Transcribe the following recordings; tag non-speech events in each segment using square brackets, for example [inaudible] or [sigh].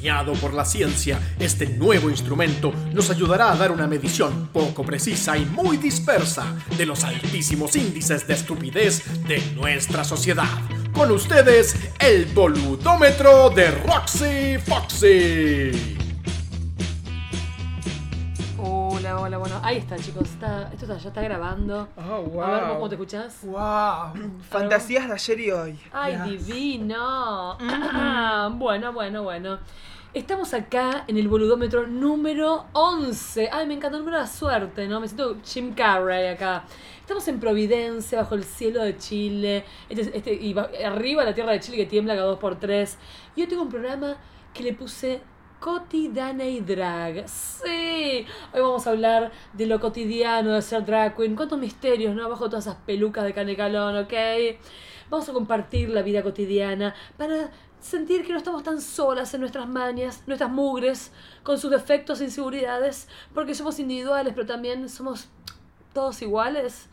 creado por la ciencia, este nuevo instrumento nos ayudará a dar una medición poco precisa y muy dispersa de los altísimos índices de estupidez de nuestra sociedad. Con ustedes, el boludómetro de Roxy Foxy. Hola, hola, bueno. Ahí está, chicos. Está, esto está- ya está grabando. Oh, wow. A ver vos, cómo te escuchás. Wow. Fantasías de ayer y hoy. ¡Ay, Ya. divino! [clears throat] bueno, bueno, bueno. Estamos acá en el boludómetro número 11. Ay, me encanta el número de la suerte, ¿no? Me siento Jim Carrey acá. Estamos en Providencia, bajo el cielo de Chile. Este, este- y ba- arriba la tierra de Chile que tiembla cada 2x3. Yo tengo un programa que le puse Cotidana y Drag. Sí, hoy vamos a hablar de lo cotidiano de ser drag queen. Cuántos misterios, ¿no? Abajo todas esas pelucas de canecalón, ¿ok? Vamos a compartir la vida cotidiana para sentir que no estamos tan solas en nuestras manias, nuestras mugres, con sus defectos e inseguridades, porque somos individuales, pero también somos todos iguales.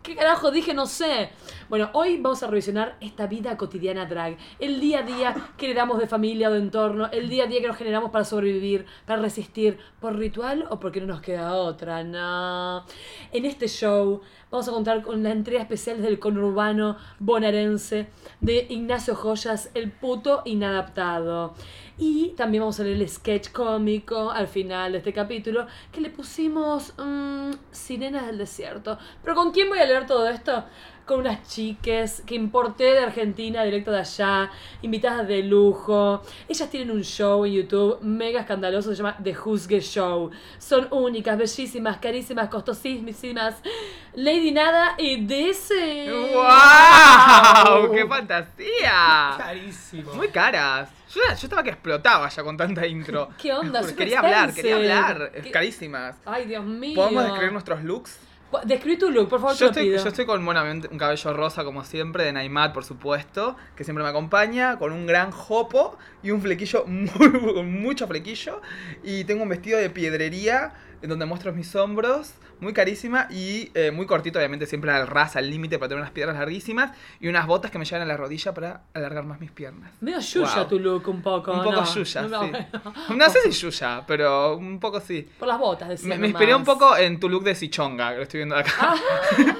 ¿Qué carajo dije? No sé. Bueno, hoy vamos a revisionar esta vida cotidiana drag, el día a día que le damos de familia o de entorno, el día a día que nos generamos para sobrevivir, para resistir, por ritual o porque no nos queda otra, no. En este show vamos a contar con la entrega especial del conurbano bonaerense de Ignacio Joyas, el puto inadaptado. Y también vamos a leer el sketch cómico al final de este capítulo que le pusimos mm, Sirenas del Desierto. Pero ¿con quién voy a leer todo esto? Con unas chiques que importé de Argentina, directo de allá, invitadas de lujo. Ellas tienen un show en YouTube mega escandaloso, se llama The Juzgue Show. Son únicas, bellísimas, carísimas, costosísimas. Lady Nada y DC. ¡Wow! ¡Qué fantasía! Carísimo. Muy caras. Yo, yo estaba que explotaba ya con tanta intro. ¿Qué onda? Juro, Super Quería hablar, quería expensive. hablar. ¿Qué- Carísimas. Ay, Dios mío. ¿Podemos describir nuestros looks? Po- Describí tu look, por favor, te Yo lo estoy, pido. yo estoy con monamente un cabello rosa, como siempre, de Naimat, por supuesto, que siempre me acompaña, con un gran jopo y un flequillo, [laughs] muy- con mucho flequillo. Y tengo un vestido de piedrería, en donde muestro mis hombros, muy carísima y eh, muy cortito, obviamente, siempre al ras, al límite, para tener unas piernas larguísimas. Y unas botas que me llegan a la rodilla para alargar más mis piernas. Medio yuya Wow. tu look, un poco. un poco ¿no? yuya, No, sí. no. [laughs] No sé si yuya, pero un poco sí. [laughs] Por las botas, decía. Me, me nomás. inspiré un poco en tu look de Sichonga, que lo estoy viendo acá. [laughs] Ah.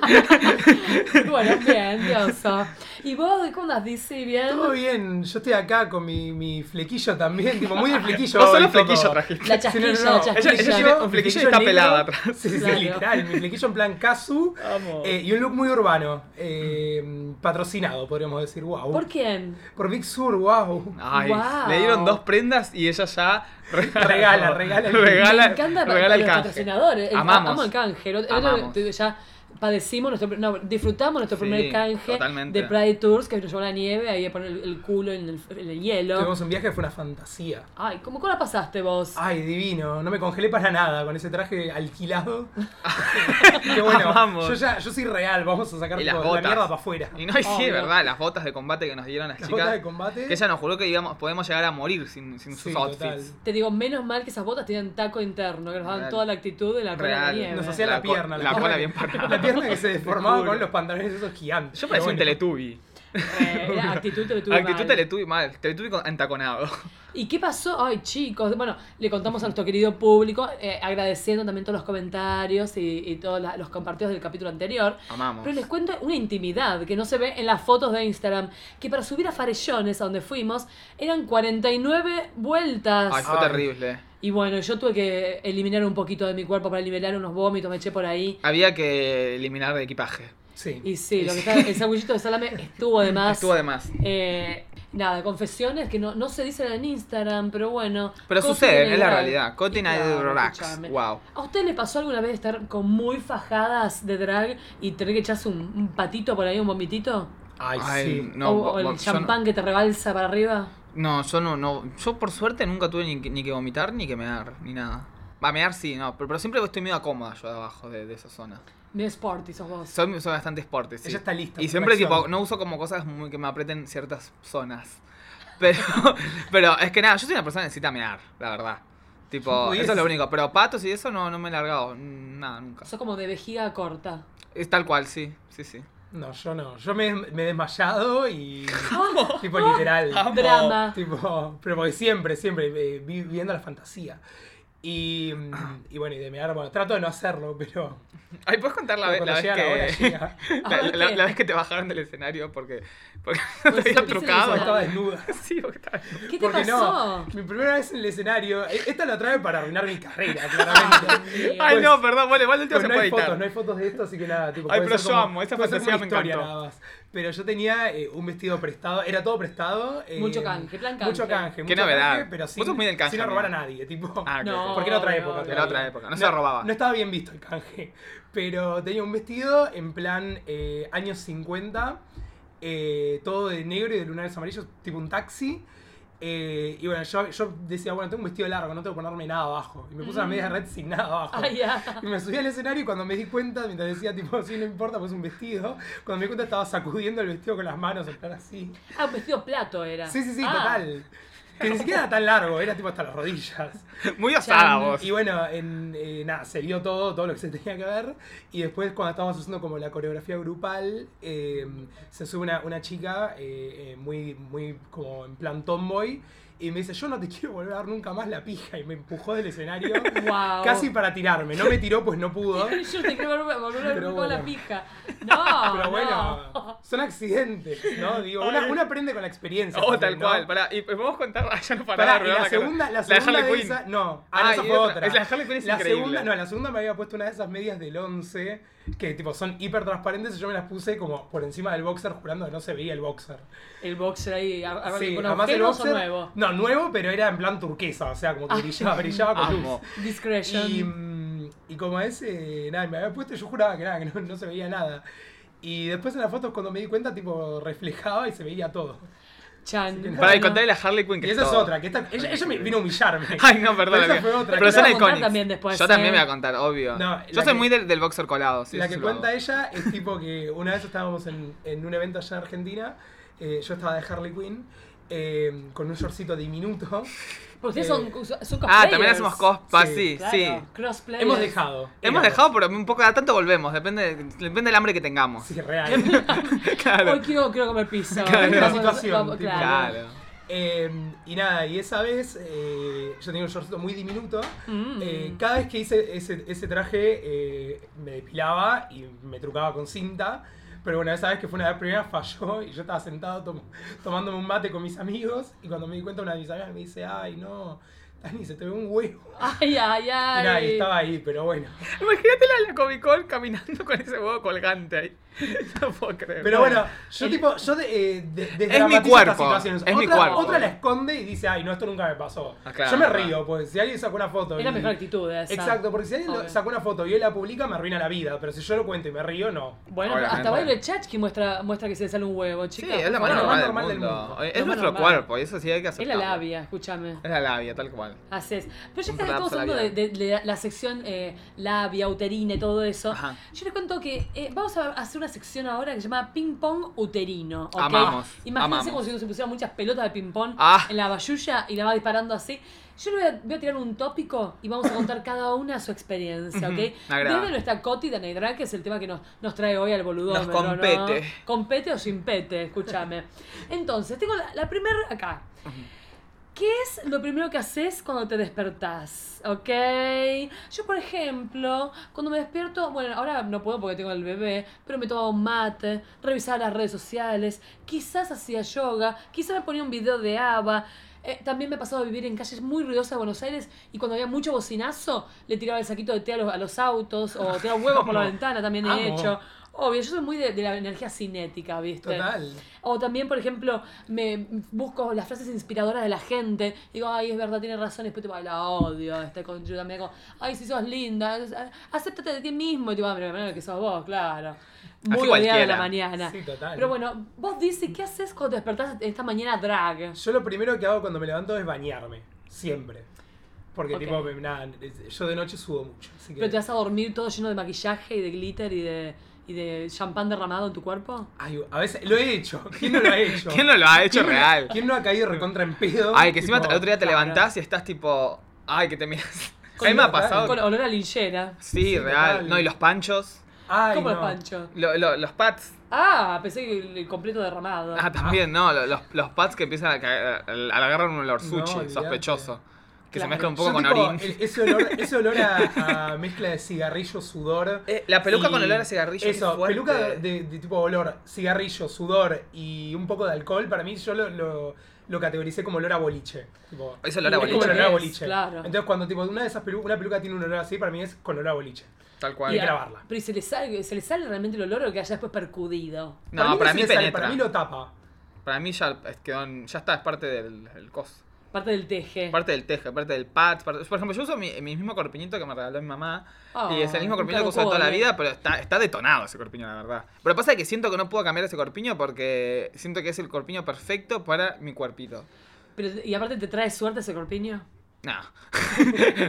[laughs] Bueno, bien, dioso. ¿Y vos de cómo andas, DC? ¿Bien? Todo bien, yo estoy acá con mi, mi flequillo también, tipo muy de [laughs] flequillo. Vos hoy, solo Coco. flequillo trajiste. La chasquilla, Sí, no, no, no. la Ella, chasquilla. ella tiene un flequillo y está negro. pelada atrás. Sí, sí, sí, Claro. literal. Mi flequillo en plan casu. Vamos. eh, y un look muy urbano. eh, patrocinado, podríamos decir. Wow. ¿Por quién? Por Big Sur, wow. Ay, Wow. le dieron dos prendas y ella ya regala, [laughs] [laughs] Regala, regala el- regala, Me encanta pa- regala el los canje. patrocinadores. El- Amamos. Amo el canje. El otro- el Amamos. otro- ya padecimos nuestro. pr- No, disfrutamos nuestro Sí, primer canje totalmente. de Pride Tours, que nos llevó la nieve, ahí a poner el, el culo en el, en el hielo. Tuvimos un viaje que fue una fantasía. Ay, ¿cómo, cómo la pasaste vos? Ay, divino. No me congelé para nada con ese [laughs] traje alquilado. Qué bueno. Amamos. Yo, ya, yo soy real. Vamos a sacar Y las tipo, la botas. mierda para afuera. Y no, y sí, Obvio. es verdad, las botas de combate que nos dieron las, Las chicas. botas de combate. Que ella nos juró que íbamos, podemos llegar a morir sin, sin Sí, sus total. outfits. Te digo, menos mal que esas botas tienen taco interno, que nos daban Real. toda la actitud de la rueda de Real. nieve. Nos hacía la, La co- pierna. la cola pierna bien que- parada. La pierna [laughs] que se deformaba juro. con los pantalones esos gigantes. Yo parecía un Pero bueno. Teletubby. Eh, [laughs] era actitud te Actitud Teletubby mal, Teletubby con- entaconado. [laughs] ¿Y qué pasó? Ay, chicos, bueno, le contamos a nuestro querido público, eh, agradeciendo también todos los comentarios y, y todos la- los compartidos del capítulo anterior. Amamos. Pero les cuento una intimidad que no se ve en las fotos de Instagram, que para subir a Farellones, a donde fuimos, eran 49 vueltas. Ay, fue Ay. terrible. Y bueno, yo tuve que eliminar un poquito de mi cuerpo para liberar unos vómitos, me eché por ahí. Había que eliminar de equipaje. Sí. Y sí, lo que está, el sanguillito de salame estuvo de más. Estuvo de más. Eh, nada, confesiones que no, no se dicen en Instagram, pero bueno. Pero Cosas sucede, de es la drag. realidad. Cotin Y claro, claro, Relax. escúchame. Wow. ¿A usted le pasó alguna vez estar con muy fajadas de drag y tener que echarse un, un patito por ahí, un vomitito? Ay, Ay, sí. no, o, bo- o bo- el yo no- champán que te rebalsa para arriba. No, yo no, no. Yo por suerte nunca tuve ni, que- ni que vomitar ni que mear, ni nada. Va, mear sí, no. Pero, pero siempre estoy medio acómoda yo de abajo de, de esa zona. Medio sporty sos vos. Soy, soy bastante sporty, sí. Ella está lista. Y siempre perfección. tipo, no uso como cosas muy que me aprieten ciertas zonas. [laughs] Pero, pero es que nada, yo soy una persona que necesita mear, la verdad. Tipo, Pudiese. eso es lo único. Pero patos y eso no, no me he largado. mm, Nada, nunca. Sos como de vejiga corta. Es tal cual, sí, sí, sí. No, yo no. Yo me, me he desmayado y. [laughs] Tipo, literal. Amo. Drama. Tipo, pero porque siempre, siempre, eh, vi- viviendo la fantasía. Y, mm, y bueno, y de mear, bueno, trato de no hacerlo, pero Ay, ¿puedes contar la, vez, cuando la, vez llega la hora que, [laughs] llega. la, Ah, la- ¿qué? la vez que te bajaron del escenario porque, porque Pues te sí, habían sí, sí, trucado? sí, Estaba desnuda. Sí, porque estaba- ¿Qué te Porque pasó? no, mi primera vez en el escenario, e- esta la trae para arruinar mi carrera, claramente. Bien. [laughs] Ay, no, perdón, bueno, igual el último Pues se no puede hay editar. fotos, no hay fotos de esto, así que nada, tipo, Ay, puede pero ser yo como- amo, esa puede ser como fantasía me historia encantó. nada más. Pero yo tenía eh, un vestido prestado, era todo prestado. eh, Mucho canje, plan canje. Mucho canje, Qué mucho novedad. canje, pero Vos sin, sos muy del canje, sin robar a amigo. nadie, tipo. Ah, ok, No. ok. Porque era otra época. no, todavía. era otra época, no se robaba. No estaba bien visto el canje. Pero tenía un vestido en plan eh, años 50, eh, todo de negro y de lunares amarillos, tipo un taxi. Eh, y bueno, yo, yo decía, bueno, tengo un vestido largo, no tengo que ponerme nada abajo. Y me puse la Mm. media red sin nada abajo. Ay, ya. Y me subí al escenario y cuando me di cuenta, mientras decía, tipo, sí, no importa, pues un vestido. Cuando me di cuenta estaba sacudiendo el vestido con las manos, en plan así. Ah, un vestido plato era. Sí, sí, sí, Ah, total. Que ni siquiera era tan largo, era tipo hasta las rodillas. Muy osada Chan. vos. Y bueno, en, eh, nada, se vio todo, todo lo que se tenía que ver. Y después, cuando estábamos haciendo como la coreografía grupal, eh, se sube una, una chica eh, eh, muy, muy como en plan tomboy. Y me dice, yo no te quiero volver a dar nunca más la pija. Y me empujó del escenario. Wow. Casi para tirarme. No me tiró, pues no pudo. Yo te quiero volver volver a ver Pero con la bueno. pija. [laughs] Ah, No. Pero bueno, no. son accidentes, ¿no? Digo, una, Ay. una aprende con la experiencia. Oh, tal también, ¿no? cual. Pará, y podemos contar. Ah, ya no paraba Pará, de y rodar la, cabeza. segunda, la de segunda Harley de Quinn. esa- no, ah, Ah, no, y esa fue otra. otra. Es la Harley Quinn es La increíble. segunda, no, la segunda me había puesto una de esas medias del 11 que tipo son hiper transparentes y yo me las puse como por encima del boxer jurando que no se veía el boxer. El boxer ahí, ar- ar- Sí, con además el agujeros o boxer nuevo. No, nuevo, pero era en plan turquesa, o sea, como que Ah. brillaba, brillaba con Amo. luz. Discretion. Y, mm, y como ese, nada, me había puesto, yo juraba que nada, que no, no se veía nada. Y después en las fotos cuando me di cuenta, tipo, reflejaba y se veía todo. Chan. que- Pará, y Bueno. contale la Harley Quinn [laughs] que Y esa es todo. otra, que esta, ella, ella me vino a humillarme. [laughs] Ay, no, perdón. Pero esa amiga. fue otra. Pero que- Te son voy a contar icónicas. también después, Yo también ¿eh? me voy a contar, obvio. No, la Yo soy que- muy del, del boxer colado. Sí, la eso que se lo hago. cuenta ella es tipo que una vez estábamos en, en un evento allá en Argentina, eh, yo estaba de Harley Quinn, eh, con un shortcito [laughs] diminuto. Porque ustedes Eh, son, son cosplayers. Ah, también hacemos cospa, Sí, sí, Claro, sí. crossplayers. Hemos dejado. Hemos éramos. dejado, pero un poco, a tanto volvemos, depende, depende del hambre que tengamos. Sí, real. [laughs] Claro. Hoy quiero, quiero comer pizza. Claro. Vamos, La vamos, situación, vamos, tipo, claro. Claro. Eh, y nada, y esa vez eh, yo tenía un shortcito muy diminuto. Mm. Eh, cada vez que hice ese, ese traje eh, me depilaba y me trucaba con cinta. Pero bueno, esa vez que fue una de las primeras [laughs] falló y yo estaba sentado tom- tomándome un mate con mis amigos y cuando me di cuenta una de mis amigas me dice, ay no, Dani, se te ve un huevo. Ay, ay, ay. Y nada, y estaba ahí, pero bueno. Imagínate la, la Comic Con caminando con ese huevo colgante ahí. [laughs] No puedo creer. Pero bueno, yo tipo, yo de, eh, de- desdramatizo estas cuerpo, situaciones. es mi Otra- cuerpo. Otra la esconde y dice, ay no, esto nunca me pasó. Ah, claro, yo me claro. río, pues si alguien sacó una foto. Es la y- mejor actitud esa. Exacto, porque si alguien lo- Obvio. sacó una foto y él la publica, me arruina la vida. Pero si yo lo cuento y me río, no. Bueno, Obviamente. hasta Violet Chachki muestra, muestra que se le sale un huevo, Sí, chicas. es la por más Bueno, favor. normal, del, lo más normal del mundo. mundo. Es Lo más nuestro normal. cuerpo, y eso sí hay que Es aceptarlo. la labia, escúchame. Es la labia, tal cual. Así es. Pero ya Un que estamos colapso hablando de, labial. de- de la, la sección eh, labia, uterina y todo eso, Ajá. yo les cuento que eh, vamos a hacer una sección ahora que se llama ping pong uterino. ¿ok? Amamos, Imagínense amamos. como si se pusieran muchas pelotas de ping pong Ah. en la bayulla y la va disparando así. Yo le voy a, voy a tirar un tópico y vamos a contar cada una su experiencia, ¿ok? Ujú, me agrada. Desde nuestra Coti de Neidra, que es el tema que nos, nos trae hoy al boludón. Nos compete. Con pete o sin pete, [laughs] escúchame. Entonces, tengo la, la primera acá. ¿Qué es lo primero que haces cuando te despertás? ¿Ok? Yo, por ejemplo, cuando me despierto, bueno, ahora no puedo porque tengo el bebé, pero me tomaba un mate, revisaba las redes sociales, quizás hacía yoga, quizás me ponía un video de ABBA. Eh, también me ha pasado a vivir en calles muy ruidosas de Buenos Aires y cuando había mucho bocinazo, le tiraba el saquito de té a los, a los autos o tiraba huevos por la Amo. ventana, también he Amo. hecho. Obvio, yo soy muy de, de la energía cinética, ¿viste? Total. O también, por ejemplo, me busco las frases inspiradoras de la gente. Digo, ay, es verdad, tiene razón. Y después, tipo, ay, la odio. Este conchudo también, como, ay, si sos linda, es- a- acéptate de ti mismo. Y tipo, ah, pero primero que sos vos, claro. Muy odiada cualquiera. la mañana. Sí, total. Pero bueno, vos dices, ¿qué haces cuando te despertás esta mañana drag? Yo lo primero que hago cuando me levanto es bañarme. Siempre. Porque, Ok. tipo, me- nada, es- yo de noche sudo mucho. Así que... ¿Pero te vas a dormir todo lleno de maquillaje y de glitter y de, y de champán derramado en tu cuerpo? Ay, a veces lo he hecho. ¿Quién no lo ha hecho? [laughs] ¿Quién no lo ha hecho real? ¿Quién no ha caído recontra en pedo? Ay, que encima Tipo, el otro día te claro. levantás y estás tipo. Ay, que te [laughs] miras. A mí me ha total. pasado. Con olor a linchera. Sí, Sí, real. total. No, y los panchos. Ay, como el no. pancho. Lo- lo- los pads Ah, pensé que el- el completo derramado. Ah, también, no, lo- los, los pads que empiezan a, caer- al- al agarrar un olor No, sushi olvidate. sospechoso. Que se Claro. mezcla un poco Yo, con tipo, orín. el- ese olor, ese olor a, a mezcla de cigarrillo, sudor. Eh, la peluca y- con olor a cigarrillo, qué Eso, fuerte. peluca de, de tipo olor, cigarrillo, sudor y un poco de alcohol. Para mí, yo lo, lo, lo categoricé como olor a boliche. Tipo, Es olor a Es como boliche. olor a Es, boliche. claro. Entonces, cuando tipo, una de esas pelu- una peluca tiene un olor así, para mí es con olor a boliche. Tal Y cual. Hay que a- lavarla. Pero ¿y se le sale, se le sale realmente el olor o que haya después percudido. No, para, mí, se le sale, penetra. para mí lo tapa. Para mí ya, es que don- ya está, es parte del el cos. Parte del teje. Parte del teje, parte del pad. parte- Por ejemplo, yo uso mi, mi mismo corpiñito que me regaló mi mamá. Ah, y es el mismo un corpiño que uso toda la caracol, eh. vida, pero está, está detonado ese corpiño, la verdad. Pero pasa que siento que no puedo cambiar ese corpiño porque siento que es el corpiño perfecto para mi cuerpito. Pero- y aparte te trae suerte ese [laughs] corpiño. No,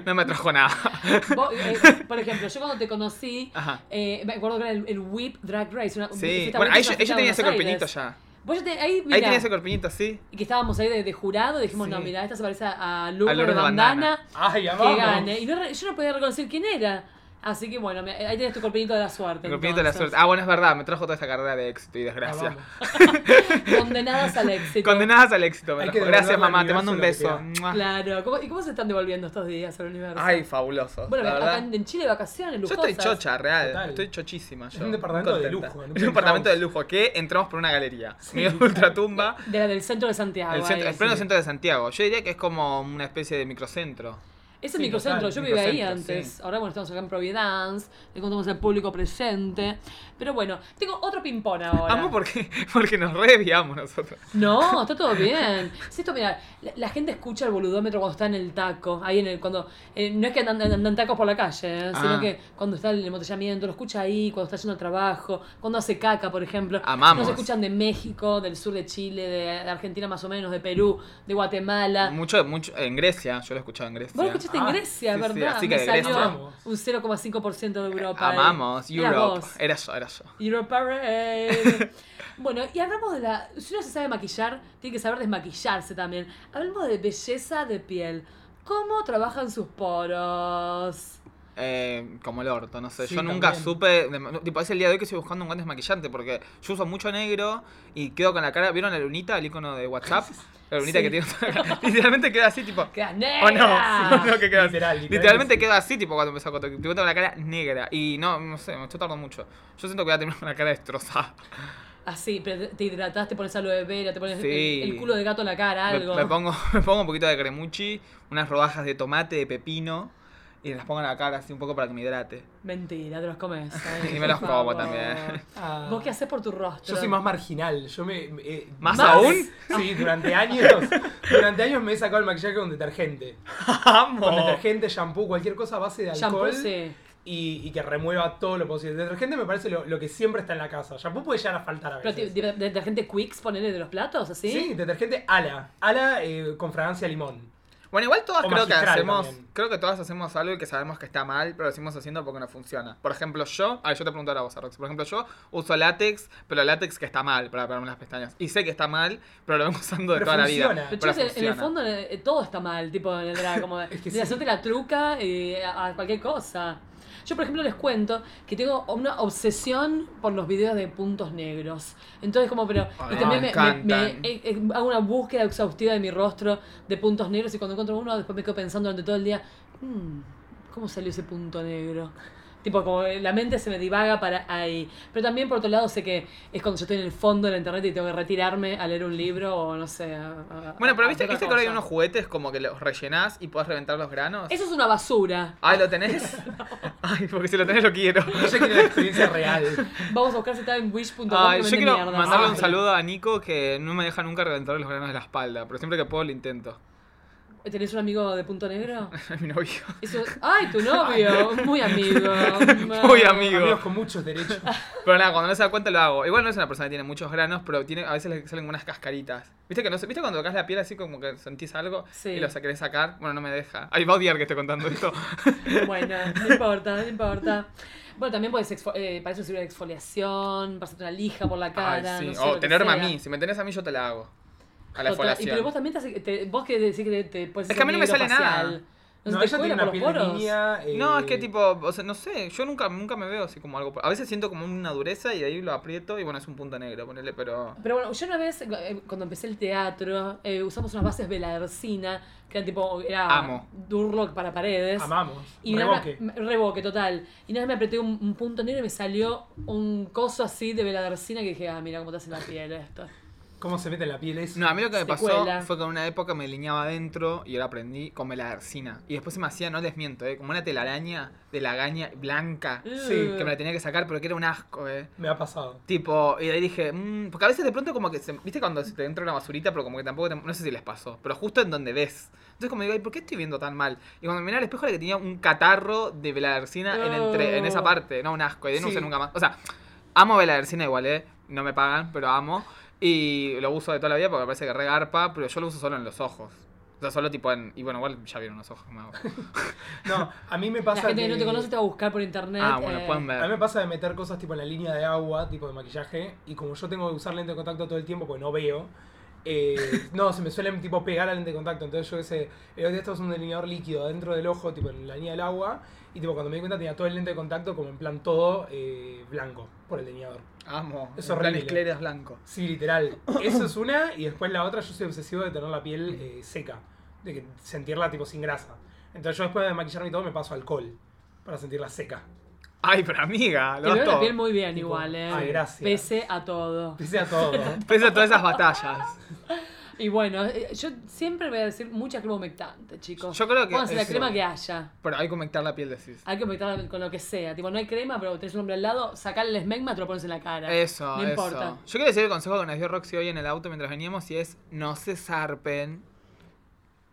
no me trajo nada. Vos, eh, por ejemplo, yo cuando te conocí, Ajá. eh, me acuerdo que era el, el Whip Drag Race. Una, Ah. Sí, fiesta bueno, bonita, una ahí yo- fiesta ella tenía ese de Buenos corpiñito Aires. ya. Vos ya te- ahí, Ahí mira, tenía ese corpiñito, sí. y que estábamos ahí de, de jurado, dijimos, Sí. no, mira, esta se parece a Lourdes, Lourdes de Bandana. bandana Ay, que amamos. [laughs] gane. Y no re- yo no podía reconocer quién era. Así que bueno, me- ahí tenés tu corpinito de la suerte. El corpiñito de la entonces. suerte. Ah, bueno, es verdad, me trajo toda esta carrera de éxito y desgracia. Amamos. Condenadas al éxito. [laughs] Condenadas al éxito, me Hay trajo. que Gracias, devolverle al mamá, te mando un universo lo beso. que Mua. Claro. ¿Cómo- ¿Y cómo se están devolviendo estos días al universo? Ah. Ay, fabuloso. bueno, la acá verdad. en en Chile vacaciones, Yo lujosas. estoy chocha, real. Total. Estoy chochísima. Yo. Es un departamento de Contenta. lujo, en un Es un departamento penthouse. de lujo que entramos por una galería. Miguel [laughs] Ultratumba. De la del centro de Ah, Santiago. El, centro- ahí, el pleno sí. centro de Santiago. Yo diría que es como una especie de microcentro. Es el Sí, microcentro, total, yo vivía ahí microcentro, antes. sí. Ahora bueno, estamos acá en Providence, le contamos al público presente. Pero bueno, tengo otro ping-pong ahora. Amo porque, [laughs] porque nos reviamos nosotros. No, está todo bien. Si esto, mira, la, la gente escucha el boludómetro cuando está en el taco, ahí en el, cuando, eh, no es que andan, andan tacos por la calle, eh, Ah. sino que cuando está el embotellamiento, lo escucha ahí, cuando está yendo al trabajo, cuando hace caca, por ejemplo. Amamos. Nos escuchan de México, del sur de Chile, de, de Argentina más o menos, de Perú, de Guatemala. Mucho, mucho. En Grecia, yo lo he escuchado en Grecia. Vos lo escuchaste Ah, en Grecia, Mm, sí, sí, ¿verdad? así Me que de salió Grecia. un 0,5% de Europa. eh. Eras Amamos, Europe. vos. Era yo, era yo. Europe [laughs] Parade. bueno, y hablamos de la. Si uno se sabe maquillar, tiene que saber desmaquillarse también. Hablamos de belleza de piel. ¿Cómo trabajan sus poros? Eh, como el orto, no sé. Sí, yo nunca también. supe. de- no, tipo, es el día de hoy que estoy buscando un buen desmaquillante porque yo uso mucho negro y quedo con la cara. ¿Vieron la lunita, el icono de WhatsApp? [laughs] La lunita Sí. que tiene. [laughs] literalmente queda así, tipo. ¡Queda O no, [laughs] negra! sí, o no, que queda así. Ah, Literal, literal, Literalmente sí. queda así, tipo, cuando me saco. Tipo, tengo la cara negra. Y no, no sé, esto tarda mucho. Yo siento que voy a tener una cara destrozada. Así, pero te- te hidratas, te pones aloe vera, te pones Sí. el, el culo de gato en la cara, Me, algo. me pongo, [laughs] me pongo un poquito de cremuchi, unas rodajas de tomate, de pepino. Y las pongo en la cara así un poco para que me hidrate. Mentira, te los [laughs] comes. eh, Y me por los como favor. también. Ah. ¿Vos qué haces por tu rostro? Yo soy más marginal. Yo me, me- eh, ¿Más aún? Sí, durante años. [laughs] durante años me he sacado el maquillaje con detergente. Con [laughs] ¡Amo! detergente, shampoo, cualquier cosa a base de Shampoo, alcohol. sí. y, y que remueva todo lo posible. Detergente me parece lo, lo que siempre está en la casa. Shampoo puede llegar a faltar a Pero, veces. ¿de- de- ¿Detergente Quicks ponerle de los platos? ¿Así? Sí, detergente ala. Ala eh, con fragancia a limón. Bueno, igual todas O creo que magistral hacemos. también. Creo que todas hacemos algo que sabemos que está mal, pero lo seguimos haciendo porque no funciona. Por ejemplo, yo. Ah, yo te pregunto ahora vos, Rox. Por ejemplo, yo uso látex, pero látex que está mal para pegarme las pestañas. Y sé que está mal, pero lo vengo usando de Pero toda la funciona. vida. Pero Pero chicos, en- en el funciona. fondo eh, todo está mal, tipo, en el drag, como Es que de sí. hacerte la truca eh, a a cualquier cosa. Yo, por ejemplo, les cuento que tengo una obsesión por los videos de puntos negros. Entonces, como, pero... Ah, y también me, me me- encantan. me- eh, eh, hago una búsqueda exhaustiva de mi rostro de puntos negros y cuando encuentro uno, después me quedo pensando durante todo el día, "Mm, ¿cómo salió ese punto negro? Tipo, como eh, la mente se me divaga para ahí. Pero también, por otro lado, sé que es cuando yo estoy en el fondo de la internet y tengo que retirarme a leer un libro o no sé. a- a- Bueno, pero a viste, otra viste que ahora hay cosa. unos juguetes como que los rellenás y podés reventar los granos. Eso es una basura. Ay, ¿lo tenés? [laughs] Ay, porque si lo tenés lo quiero. Ella quiere la experiencia real. Vamos a buscar si está en wish.com. Ay, que yo vende quiero mierda. Ah, mandarle un Ay. saludo a Nico que no me deja nunca reventar los granos de la espalda, pero siempre que puedo lo intento. [laughs] eh, ¿Tenés un amigo de punto negro? Es mi novio. Eso... ¡Ay, tu [laughs] novio! Muy amigo. Muy amigo. Amigos con muchos derechos. Pero nada, cuando no se da cuenta lo hago. Igual no es una persona que tiene muchos granos, pero tiene, a veces le salen unas cascaritas. ¿Viste que no sé? ¿Viste cuando tocas la piel así como que sentís algo Sí. y lo sa- querés sacar? Bueno, no me deja. Ay, va a odiar que esté [laughs] contando esto. Bueno, no importa, no importa. Bueno, también puedes exfo- eh, para eso sirve la exfoliación, pasarte una lija por la cara. Ay, sí. Oh, no sé, o lo que tenerme a sea. mí. Si me tenés a mí, yo te la hago. A la Total, y folación. pero vos también te, hace- te- vos que decís que te, te puedes Es que a mí no me hacer sale negro nada. facial. [laughs] No, No, se te ella tiene cuela una por piel los de poros. niña. eh, No, es que tipo, o sea, no sé, yo nunca, nunca me veo así como algo. A veces siento como una dureza y de ahí lo aprieto y bueno, es un punto negro, ponele, pero. Pero bueno, yo una vez, eh, cuando empecé el teatro, eh, usamos unas bases velarcina, que eran tipo, era Amo. Durlock para paredes. Amamos. Y una Revoque. Vez, me- reboque, total. Y una vez me apreté un, un punto negro y me salió un coso así de velarcina que dije, ah, mira cómo te hace la piel [laughs] esto. ¿Cómo se mete en la piel eso? No, a mí lo que me pasó Secuela. fue que en una época me liñaba adentro y ahora aprendí con velarcina. Y después se me hacía, no les miento, eh, como una telaraña de lagaña blanca Sí, Ugh. que me la tenía que sacar, pero que era un asco, eh. Me ha pasado. Tipo, y de ahí dije, "Mm", porque a veces de pronto como que, se- viste cuando se te entra una basurita, pero como que tampoco, te- no sé si les pasó, pero justo en donde ves. Entonces como digo, ay, ¿por qué estoy viendo tan mal? Y cuando miré al espejo era que tenía un catarro de Beladercina en, entre, en esa No. parte, no un asco, y de ahí no Sí. usé nunca más. O sea, amo Beladercina igual, ¿eh? No me pagan, pero amo. Y lo uso de toda la vida porque me parece que regarpa, pero yo lo uso solo en los ojos. O sea, solo tipo en... Y bueno, igual ya vieron los ojos. me hago. No, a mí me La pasa. gente que no de- te conoce te va a buscar por internet. Ah, bueno, eh, pueden A mí me ver. pasa de meter cosas tipo en la línea de agua, tipo de maquillaje, y como yo tengo que usar lente de contacto todo el tiempo porque no veo, eh, no, se me suelen tipo pegar al lente de contacto. Entonces yo ese, el otro día estaba usando un delineador líquido dentro del ojo, tipo en la línea del agua, y tipo cuando me di cuenta tenía todo el lente de contacto como en plan todo eh, blanco por el delineador. Amo. Es en plan horrible. escleras blanco. Sí, literal. [coughs] Eso es una, y después la otra, yo soy obsesivo de tener la piel eh, seca, de que sentirla tipo sin grasa. Entonces yo después de maquillarme y todo me paso alcohol para sentirla seca. Ay, pero amiga, Te lo veo das la todo. piel muy bien Tipo, igual, eh. ay, gracias. Pese a todo. Pese [laughs] a todo. Pese a todas esas batallas. Y bueno, eh, yo siempre voy a decir mucha crema humectante, chicos. Yo creo que Pónganse la eso. crema que haya. Pero hay que humectar la piel, decís. Hay que humectarla con lo que sea. Tipo, no hay crema, pero tenés un hombre al lado, sacale el esmegma, te lo pones en la cara. Eso, No eso. importa. Yo quiero decir el consejo que nos dio Roxy hoy en el auto mientras veníamos y es no se zarpen.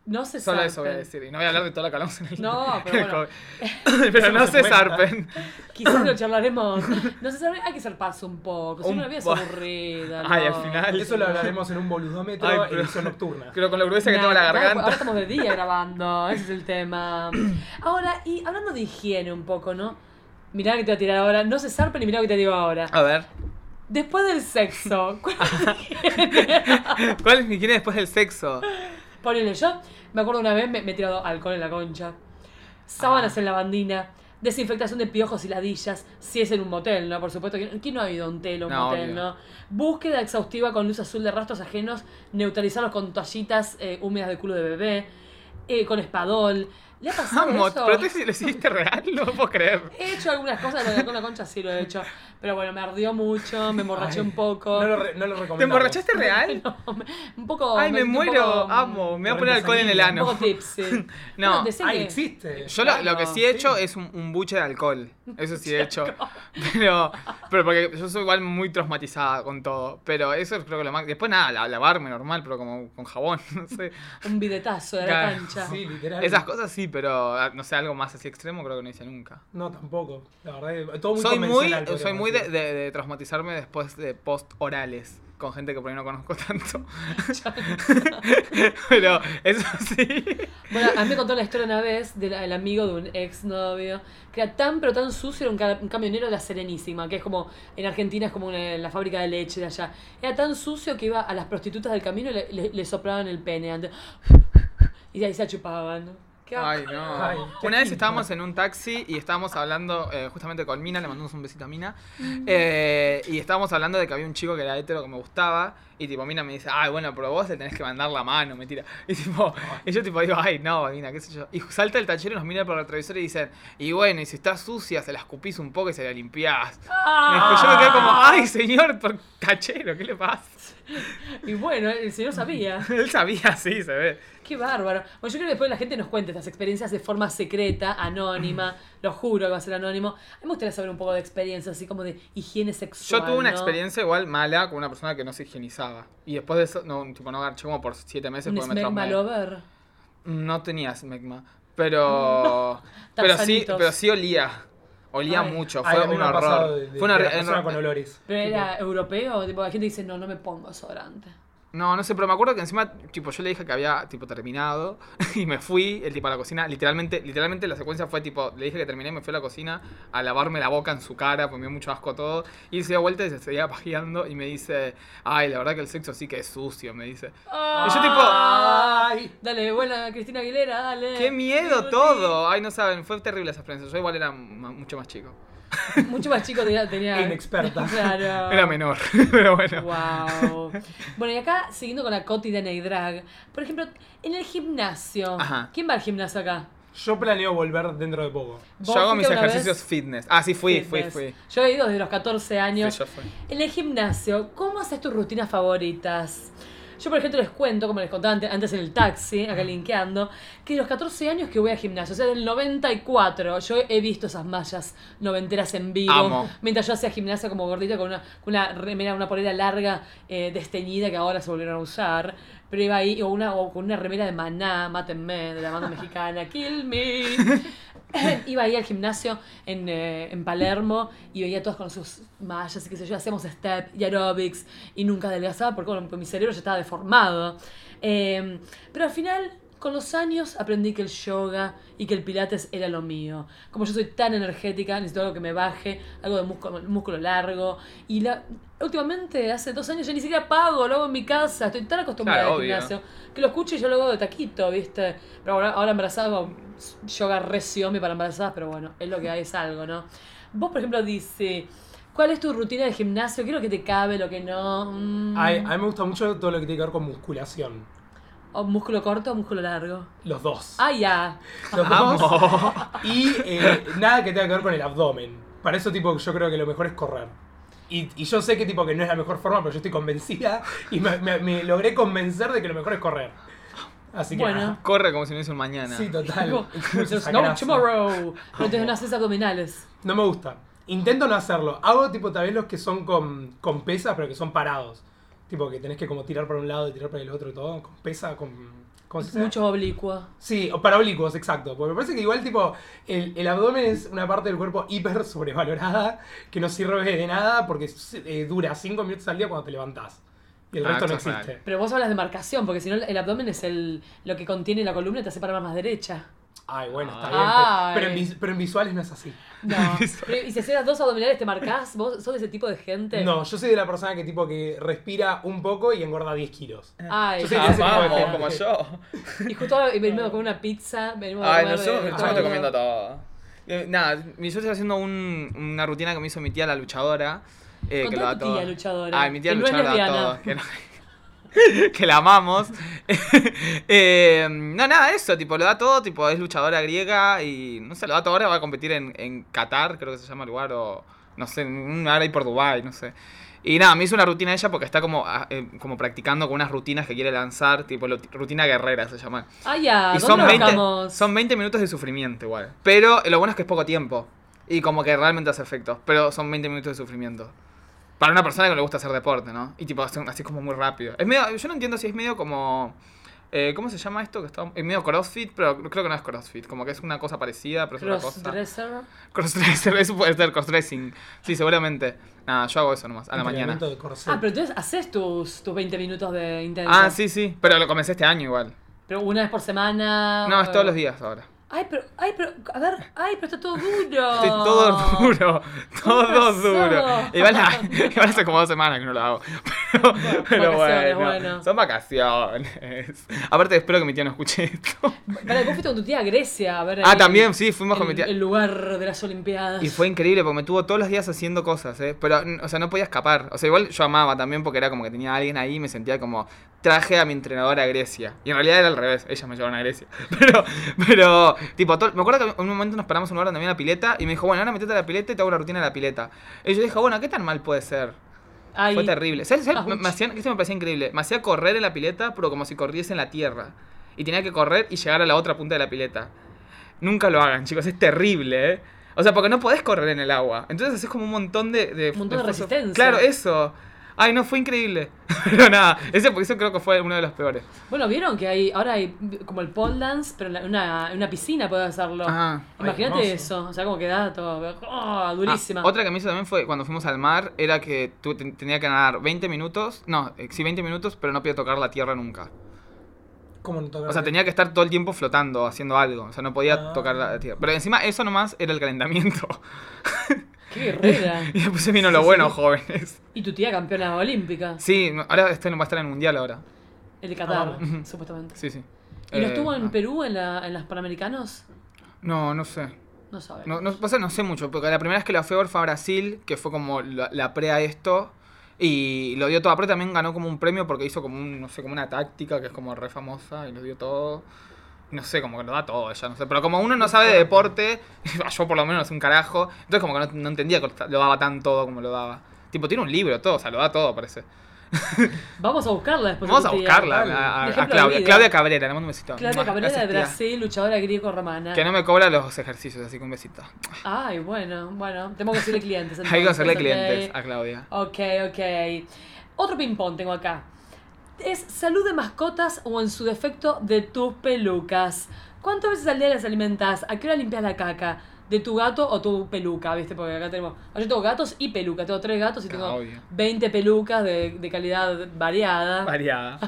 No se Solo sabe. eso voy a decir. Y no voy a hablar de todo lo que hablamos en el [laughs] No, pero bueno. COVID. Pero Eso no no se se cuenta. zarpen. Quizás [coughs] lo charlaremos. No se sabe, hay que ser paso un poco. Si Un no, la vida es po- aburrida. [laughs] Ay, no. al final. Eso lo hablaremos en un boludómetro Ay, en pero- edición [laughs] nocturna. Creo que con lo gruesa que tengo la Nada, Ahora garganta. estamos de día grabando, ese es el [coughs] tema. Ahora, y hablando de higiene un poco, ¿no? Mirá lo que te voy a tirar ahora. No se zarpen y mirá lo que te digo ahora. A ver, Después del sexo, ¿cuál ¿cuál es mi higiene después [laughs] del sexo? Ponele, yo me acuerdo una vez me, me he tirado alcohol en la concha, sábanas Ah. en la bandina, desinfectación de piojos y ladillas, si es en un motel, ¿no? Por supuesto, que ¿quién no ha ido a un tel o un No, motel, obvio. no? Búsqueda exhaustiva con luz azul de rastros ajenos, neutralizarlos con toallitas eh, húmedas de culo de bebé, eh, con espadol. ¿Le ha [laughs] pasado Amo, eso? pero tú lo hiciste real, no lo puedo creer. He hecho algunas cosas con la- con la concha, sí lo he hecho. Pero bueno, me ardió mucho, me emborraché Ay, un poco. No lo, re- no lo recomendamos. ¿Te emborrachaste [laughs] real? No, me- un poco. Ay, me sentí un muero, poco, mm, amo. Me voy a poner corriente alcohol en el sanguínea, Un ano. poco tipsy. [laughs] No. Bueno, decía Ay, que- existe. Yo lo, lo que Claro, sí he hecho sí. es un, un buche de alcohol. Eso sí he hecho. [laughs] Pero, pero porque yo soy igual muy traumatizada con todo. Pero eso creo que lo más. Después nada, la- lavarme normal, pero como con jabón. [laughs] No sé. un bidetazo de la Claro, cancha. Sí, literal. Esas cosas sí, pero ah, no sé, algo más así extremo creo que no hice nunca. No, tampoco. La verdad, que todo muy soy muy, convencional, soy podríamos muy de, decir. de- de traumatizarme después de post orales. Con gente que por ahí no conozco [laughs] [laughs] tanto. pero eso sí. Bueno, a mí me contó la historia una vez del el amigo de un ex novio que era tan pero tan sucio, era un, ca- un camionero de la Serenísima, que es como, en Argentina es como una- la fábrica de leche de allá. Era tan sucio que iba a las prostitutas del camino y le, le- le soplaban el pene antes. Y de ahí se chupaban. Qué asco. Ay, no. Ay, qué Una vez asco. estábamos en un taxi y estábamos hablando eh, justamente con Mina, le mandamos un besito a Mina. Mm. eh, y estábamos hablando de que había un chico que era hetero que me gustaba. Y tipo, Mina me dice, ay, bueno, pero vos le tenés que mandar la mano, me tira. Y tipo, y yo tipo digo, ay, no, Mina, qué sé yo. Y salta el tachero y nos mira por el retrovisor y dicen, y bueno, y si está sucia, se la escupís un poco y se la limpiás. Ah. Yo me quedé como, ay, señor, por tachero, ¿qué le pasa? [laughs] Y bueno, el señor sabía. Él sabía así, se ve. Qué bárbaro. Bueno, yo creo que después la gente nos cuente estas experiencias de forma secreta, anónima. Lo juro que va a ser anónimo. A mí me gustaría saber un poco de experiencias, así como de higiene sexual. Yo tuve una ¿no? experiencia igual mala con una persona que no se higienizaba. Y después de eso, no, tipo, no garché como por siete meses Un porque me traumé. smegma lover. No tenía smegma. [laughs] Pero. pero sí, Tarzanitos. pero sí olía. Olía Ay. mucho. Ay, Fue a mí un me ha pasado horror. eh, de- de- Fue una de re- la persona en- con olores. Pero Tipo, era europeo, tipo, la gente dice, no, no me pongo desodorante. No, no sé, pero me acuerdo que encima, tipo, yo le dije que había, tipo, terminado [laughs] y me fui, el tipo, a la cocina. Literalmente, literalmente la secuencia fue, tipo, le dije que terminé y me fui a la cocina a lavarme la boca en su cara, pues me dio mucho asco todo. Y él se dio vuelta y se seguía pajeando y me dice, ay, la verdad que el sexo sí que es sucio, me dice. Ah, yo tipo- Ay. Dale, buena Cristina Aguilera, dale. [laughs] ¡Qué miedo todo! Ay, no saben, fue terrible esa experiencia. Yo igual era ma- mucho más chico. Mucho más chico tenía. tenía Inexperta. [laughs] Claro. Era menor, [laughs] pero bueno. Wow. Bueno, y acá, siguiendo con la cotidiana y drag, por ejemplo, en el gimnasio. Ajá. ¿Quién va al gimnasio acá? Yo planeo volver dentro de poco. ¿Vos Yo hago fuiste mis una vez? ejercicios fitness. Ah, sí, fui, fui, Fitness. fui. Yo he ido desde los 14 años. Sí, yo fui. En el gimnasio, ¿cómo haces tus rutinas favoritas? Yo, por ejemplo, les cuento, como les contaba ante- antes en el taxi, acá linkeando, que de los 14 años que voy al gimnasio, o sea, del 94, yo he visto esas mallas noventeras en vivo. Amo. Mientras yo hacía gimnasia como gordita con una, con una remera, una polera larga, eh, desteñida, que ahora se volvieron a usar. Pero iba ahí, o, una, o con una remera de maná, mátenme, de la banda mexicana, kill me. [coughs] Iba ahí al gimnasio en, eh, en Palermo y veía a todos con sus mallas y qué sé yo, hacíamos step y aerobics y nunca adelgazaba porque bueno, porque mi cerebro ya estaba deformado. Eh, pero al final, con los años, aprendí que el yoga y que el pilates era lo mío. Como yo soy tan energética, necesito algo que me baje, algo de músculo, músculo largo. Y la, últimamente, hace dos años, ya ni siquiera pago, lo hago en mi casa, estoy tan acostumbrada Claro, al obvio. gimnasio que lo escucho y yo lo hago de taquito, ¿viste? Pero ahora, ahora embarazada, como, yoga re siomi para embarazadas, pero bueno, es lo que hay, es algo, ¿no? Vos, por ejemplo, dice, ¿cuál es tu rutina de gimnasio? ¿Qué es lo que te cabe, lo que no? Mm. Ay, a mí me gusta mucho todo lo que tiene que ver con musculación. ¿O músculo corto o músculo largo? Los dos. Ah, ya. Los dos. Amo. [laughs] Y eh, nada que tenga que ver con el abdomen. Para eso, tipo, yo creo que lo mejor es correr. Y, y yo sé que tipo que no es la mejor forma, pero yo estoy convencida [laughs] y me, me- me logré convencer de que lo mejor es correr. Así que Bueno. nada. Corre como si no hizo un mañana. Sí, total. [laughs] Esa no, grasa. tomorrow. [laughs] Pero entonces no haces abdominales. No me gusta. Intento no hacerlo. Hago tipo tal vez los que son con, con pesas, pero que son parados. Tipo que tenés que como tirar para un lado y tirar para el otro y todo. Con pesa, con... ¿cómo se dice? Mucho oblicuo. Sí, o para oblicuos, exacto. Porque me parece que igual tipo el, el abdomen es una parte del cuerpo hiper sobrevalorada que no sirve de nada porque eh, dura 5 minutos al día cuando te levantás. Y el Ah, resto no eso es existe. Pero vos hablas de marcación, porque si no el abdomen es el, lo que contiene la columna y te hace para más derecha. Ay, bueno, Ah. está Ay. bien. Pero, pero en, vis- pero en visuales no es así. No. [laughs] Pero, y si haces dos abdominales, ¿te marcás? ¿Vos sos de ese tipo de gente? No, yo soy de la persona que tipo que respira un poco y engorda 10 kilos. Ay, Yo soy Ah, ese tipo de vamos, gente. como yo. Y justo ahora venimos a comer una pizza, venimos a Ay, comer no, yo, de yo todo. me recomiendo todo. Eh, nada, mi- yo estoy haciendo un- una rutina que me hizo mi tía la luchadora. Eh, Contá que lo da tu tía todo. luchadora, Ay, mi tía que no es luchadora lesbiana. da todo. Que, no- [laughs] que la amamos. [laughs] Eh, no, nada, eso, tipo, lo da todo, tipo, es luchadora griega y no sé, lo da todo ahora, va a competir en, en Qatar, creo que se llama el lugar, o no sé, en- ahora y por Dubai, no sé. Y nada, me hizo una rutina ella porque está como, ah, eh, como practicando con unas rutinas que quiere lanzar, tipo, lo- rutina guerrera se llama. Ah, ya, Y ¿dónde son lo 20, buscamos? son 20 minutos de sufrimiento igual. Pero lo bueno es que es poco tiempo. Y como que realmente hace efectos. Pero son 20 minutos de sufrimiento. Para una persona que no le gusta hacer deporte, ¿no? Y tipo, así, así como muy rápido. Es medio, yo no entiendo si es medio como... eh, ¿Cómo se llama esto? que está, Es medio crossfit, pero creo que no es crossfit. Como que es una cosa parecida, pero es otra cosa. Crossdresser. Crossdresser, [laughs] eso puede ser crossdressing. Sí, seguramente. Nada, yo hago eso nomás, a la mañana. Entrenamiento de corset. Ah, pero entonces haces tus, tus 20 minutos de intenso. Ah, sí, sí. Pero lo comencé este año igual. Pero una vez por semana. No, es o- todos los días ahora. Ay, pero, ay, pero, a ver, ay, pero está todo duro. Estoy todo duro, todo razón. duro. Igual, [laughs] la- igual hace como dos semanas que no lo hago. [laughs] Pero, pero vacaciones, bueno, bueno. son vacaciones. Aparte, espero que mi tía no escuche esto. Vale, vos fuiste con tu tía a Grecia a ver. Ah, el- también, sí, fuimos con mi El, tía. el lugar de las Olimpiadas. Y fue increíble porque me tuvo todos los días haciendo cosas, ¿eh? Pero, mm, o sea, no podía escapar. O sea, igual yo amaba también porque era como que tenía a alguien ahí y me sentía como traje a mi entrenadora a Grecia. Y en realidad era al revés, ellas me llevaron a Grecia. [laughs] Pero, pero, tipo, todo- me acuerdo que en un momento nos paramos en un lugar donde había una pileta y me dijo, bueno, ahora metete a la pileta y te hago la rutina de la pileta. Y yo dije, bueno, ¿qué tan mal puede ser? Ay, Fue terrible. ¿Sabes? ¿Sabes? Ouch. Me, me hacían, esto me parecía increíble. Me hacía correr en la pileta, pero como si corriese en la tierra. Y tenía que correr y llegar a la otra punta de la pileta. Nunca lo hagan, chicos. Es terrible, ¿eh? O sea, porque no podés correr en el agua. Entonces haces como un montón de... de Un montón de esfuerzo. resistencia. Claro, eso. Ay, no, fue increíble. [laughs] Pero nada, ese eso creo que fue uno de los peores. Bueno, vieron que hay ahora hay como el pole dance, pero en la- una, en una piscina puede hacerlo. Ah, Imagínate ay, hermoso. eso, o sea, como queda todo. ah, durísima. Ah, otra que me hizo también fue cuando fuimos al mar, era que tú ten- tenía que nadar 20 minutos, no, eh, sí 20 minutos, pero no podía tocar la tierra nunca. ¿Cómo no tocar? O sea, tenía que estar todo el tiempo flotando, haciendo algo, o sea, no podía Ah. tocar la tierra. Pero encima eso nomás era el calentamiento. [laughs] Qué guerrera. Y después se vino lo bueno, jóvenes. y tu tía campeona olímpica, Sí, no, ahora este no va a estar en el mundial ahora. el de Qatar, Ah. supuestamente. Sí, sí. ¿Y no Eh, estuvo en ah. Perú en, la, en las Panamericanos? No, no sé. No sabe. No, no, pasa que no sé mucho, porque la primera vez que la fue fue a Brasil, que fue como la, la pre a esto, y lo dio todo. Pero también ganó como un premio porque hizo como un, no sé, como una táctica que es como re famosa y lo dio todo. No sé, como que lo da todo ella, no sé. Pero como uno no sabe de deporte, [laughs] yo por lo menos no sé un carajo, entonces como que no, no entendía que lo daba tan todo como lo daba. Tipo, tiene un libro, todo, o sea, lo da todo, parece. Vamos a buscarla después. de Vamos a tu tía. buscarla, dale. a, a- Un a ejemplo de Claudia. vida. Claudia Cabrera, le mando un besito. Claudia Mua, Cabrera de gracias, tía. Brasil, luchadora griego-romana. Que no me cobra los ejercicios, así que un besito. Ay, bueno, bueno, tengo que hacerle clientes. [laughs] Hay que hacerle entonces, clientes ok. a Claudia. Ok, ok. Otro ping-pong tengo acá. Es salud de mascotas o en su defecto de tus pelucas. ¿Cuántas veces al día las alimentas? ¿A qué hora limpias la caca? ¿De tu gato o tu peluca? ¿Viste? Porque acá tenemos. ah, Yo tengo gatos y peluca. Tengo tres gatos y tengo Obvio. 20 pelucas de, de calidad variada. Variada.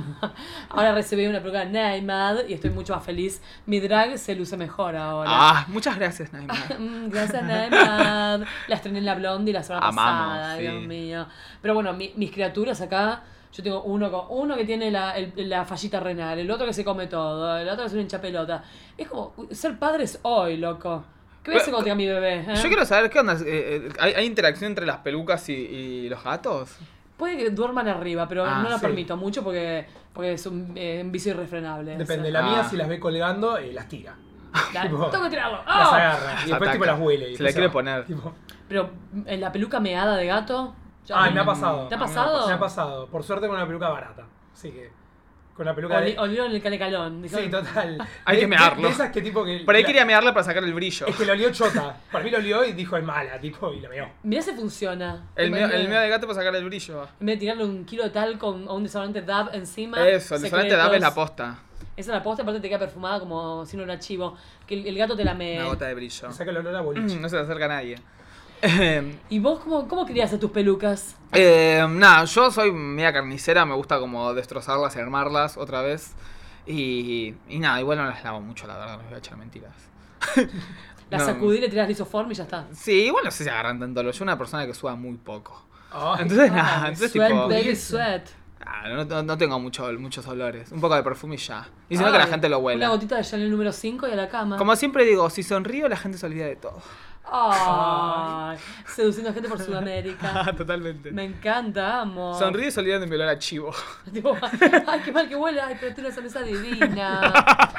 Ahora recibí una peluca de Neymar y estoy mucho más feliz. Mi drag se luce mejor ahora. Ah, muchas gracias, Naima. Mm, Gracias, Neymar. La estrené en la Blondie la semana Amamos, pasada, sí. Dios mío. Pero bueno, mi- mis criaturas acá, yo tengo uno, con- uno que tiene la, el- la fallita renal, el otro que se come todo, el otro que es un hinchapelota. Es como uy, ser padres hoy, loco. ¿Qué voy a hacer cuando Pero- tenga mi bebé? eh? Yo quiero saber qué onda. eh, eh, ¿hay, hay interacción entre las pelucas y, y los gatos? Puede que duerman arriba, pero Ah, no lo sí. permito mucho porque, porque es un, eh, un vicio irrefrenable. Depende, O la sea, mía Ah. si las ve colgando, eh, las tira. la- tipo, Tengo que tirarlo. Las ¡Oh! agarra. Y después Ataca. tipo las huele. y Se la después quiere va. poner. Tipo, Pero en la peluca meada de gato. ya- Ay, me ha pasado. Mm, ¿Te ha A mí me ha pasado? Se ha pasado. Por suerte con una peluca barata. Así que. Con la peluca Oli- de. Olieron el calecalón. Sí, dijeron, [laughs] total. Hay De- que de- mearlo. de esas que tipo que. Por ahí la- quería mearla para sacar el brillo. Es que lo olió chota. Para mí lo olió y dijo es mala, tipo, y [laughs] la meó. Mirá si funciona. El mío, el Imagínate, mío de gato para sacar el brillo. En vez de tirarle un kilo de tal con o un desodorante DAB encima. Eso, el solamente secretos. dame es la posta. Esa es la posta, aparte te queda perfumada como si no era chivo. Que el, el gato te la me. Una gota de brillo. O sea que lo olor a boliche. [clears throat] No se le acerca a nadie. [laughs] Eh, ¿Y vos cómo, cómo criás a tus pelucas? Eh, nada, yo soy media carnicera, me gusta como destrozarlas y armarlas otra vez. Y, y nada, igual no las lavo mucho, la verdad, no les voy a echar mentiras. La No. sacudí, le tirás lisoform y ya [laughs] está. Sí, igual no sé si agarran tanto olor, yo soy una persona que suda muy poco. Ay, Entonces ah, nada, me entonces Sweat, tipo, baby, sweat. ah, no, no- no tengo mucho, muchos olores, un poco de perfume y ya. Y si no que Ay, la gente lo Una huela. gotita de Chanel número 5 y a la cama. Como siempre digo, si sonrío la gente se olvida [laughs] de todo. Ay, seduciendo a gente por [laughs] Sudamérica. Totalmente. Me encanta, amo. Sonríe y se olvidan de mi olor a chivo. [laughs] [laughs] Tipo, ay, qué mal que huele, ay, pero tiene una cerveza divina. [laughs]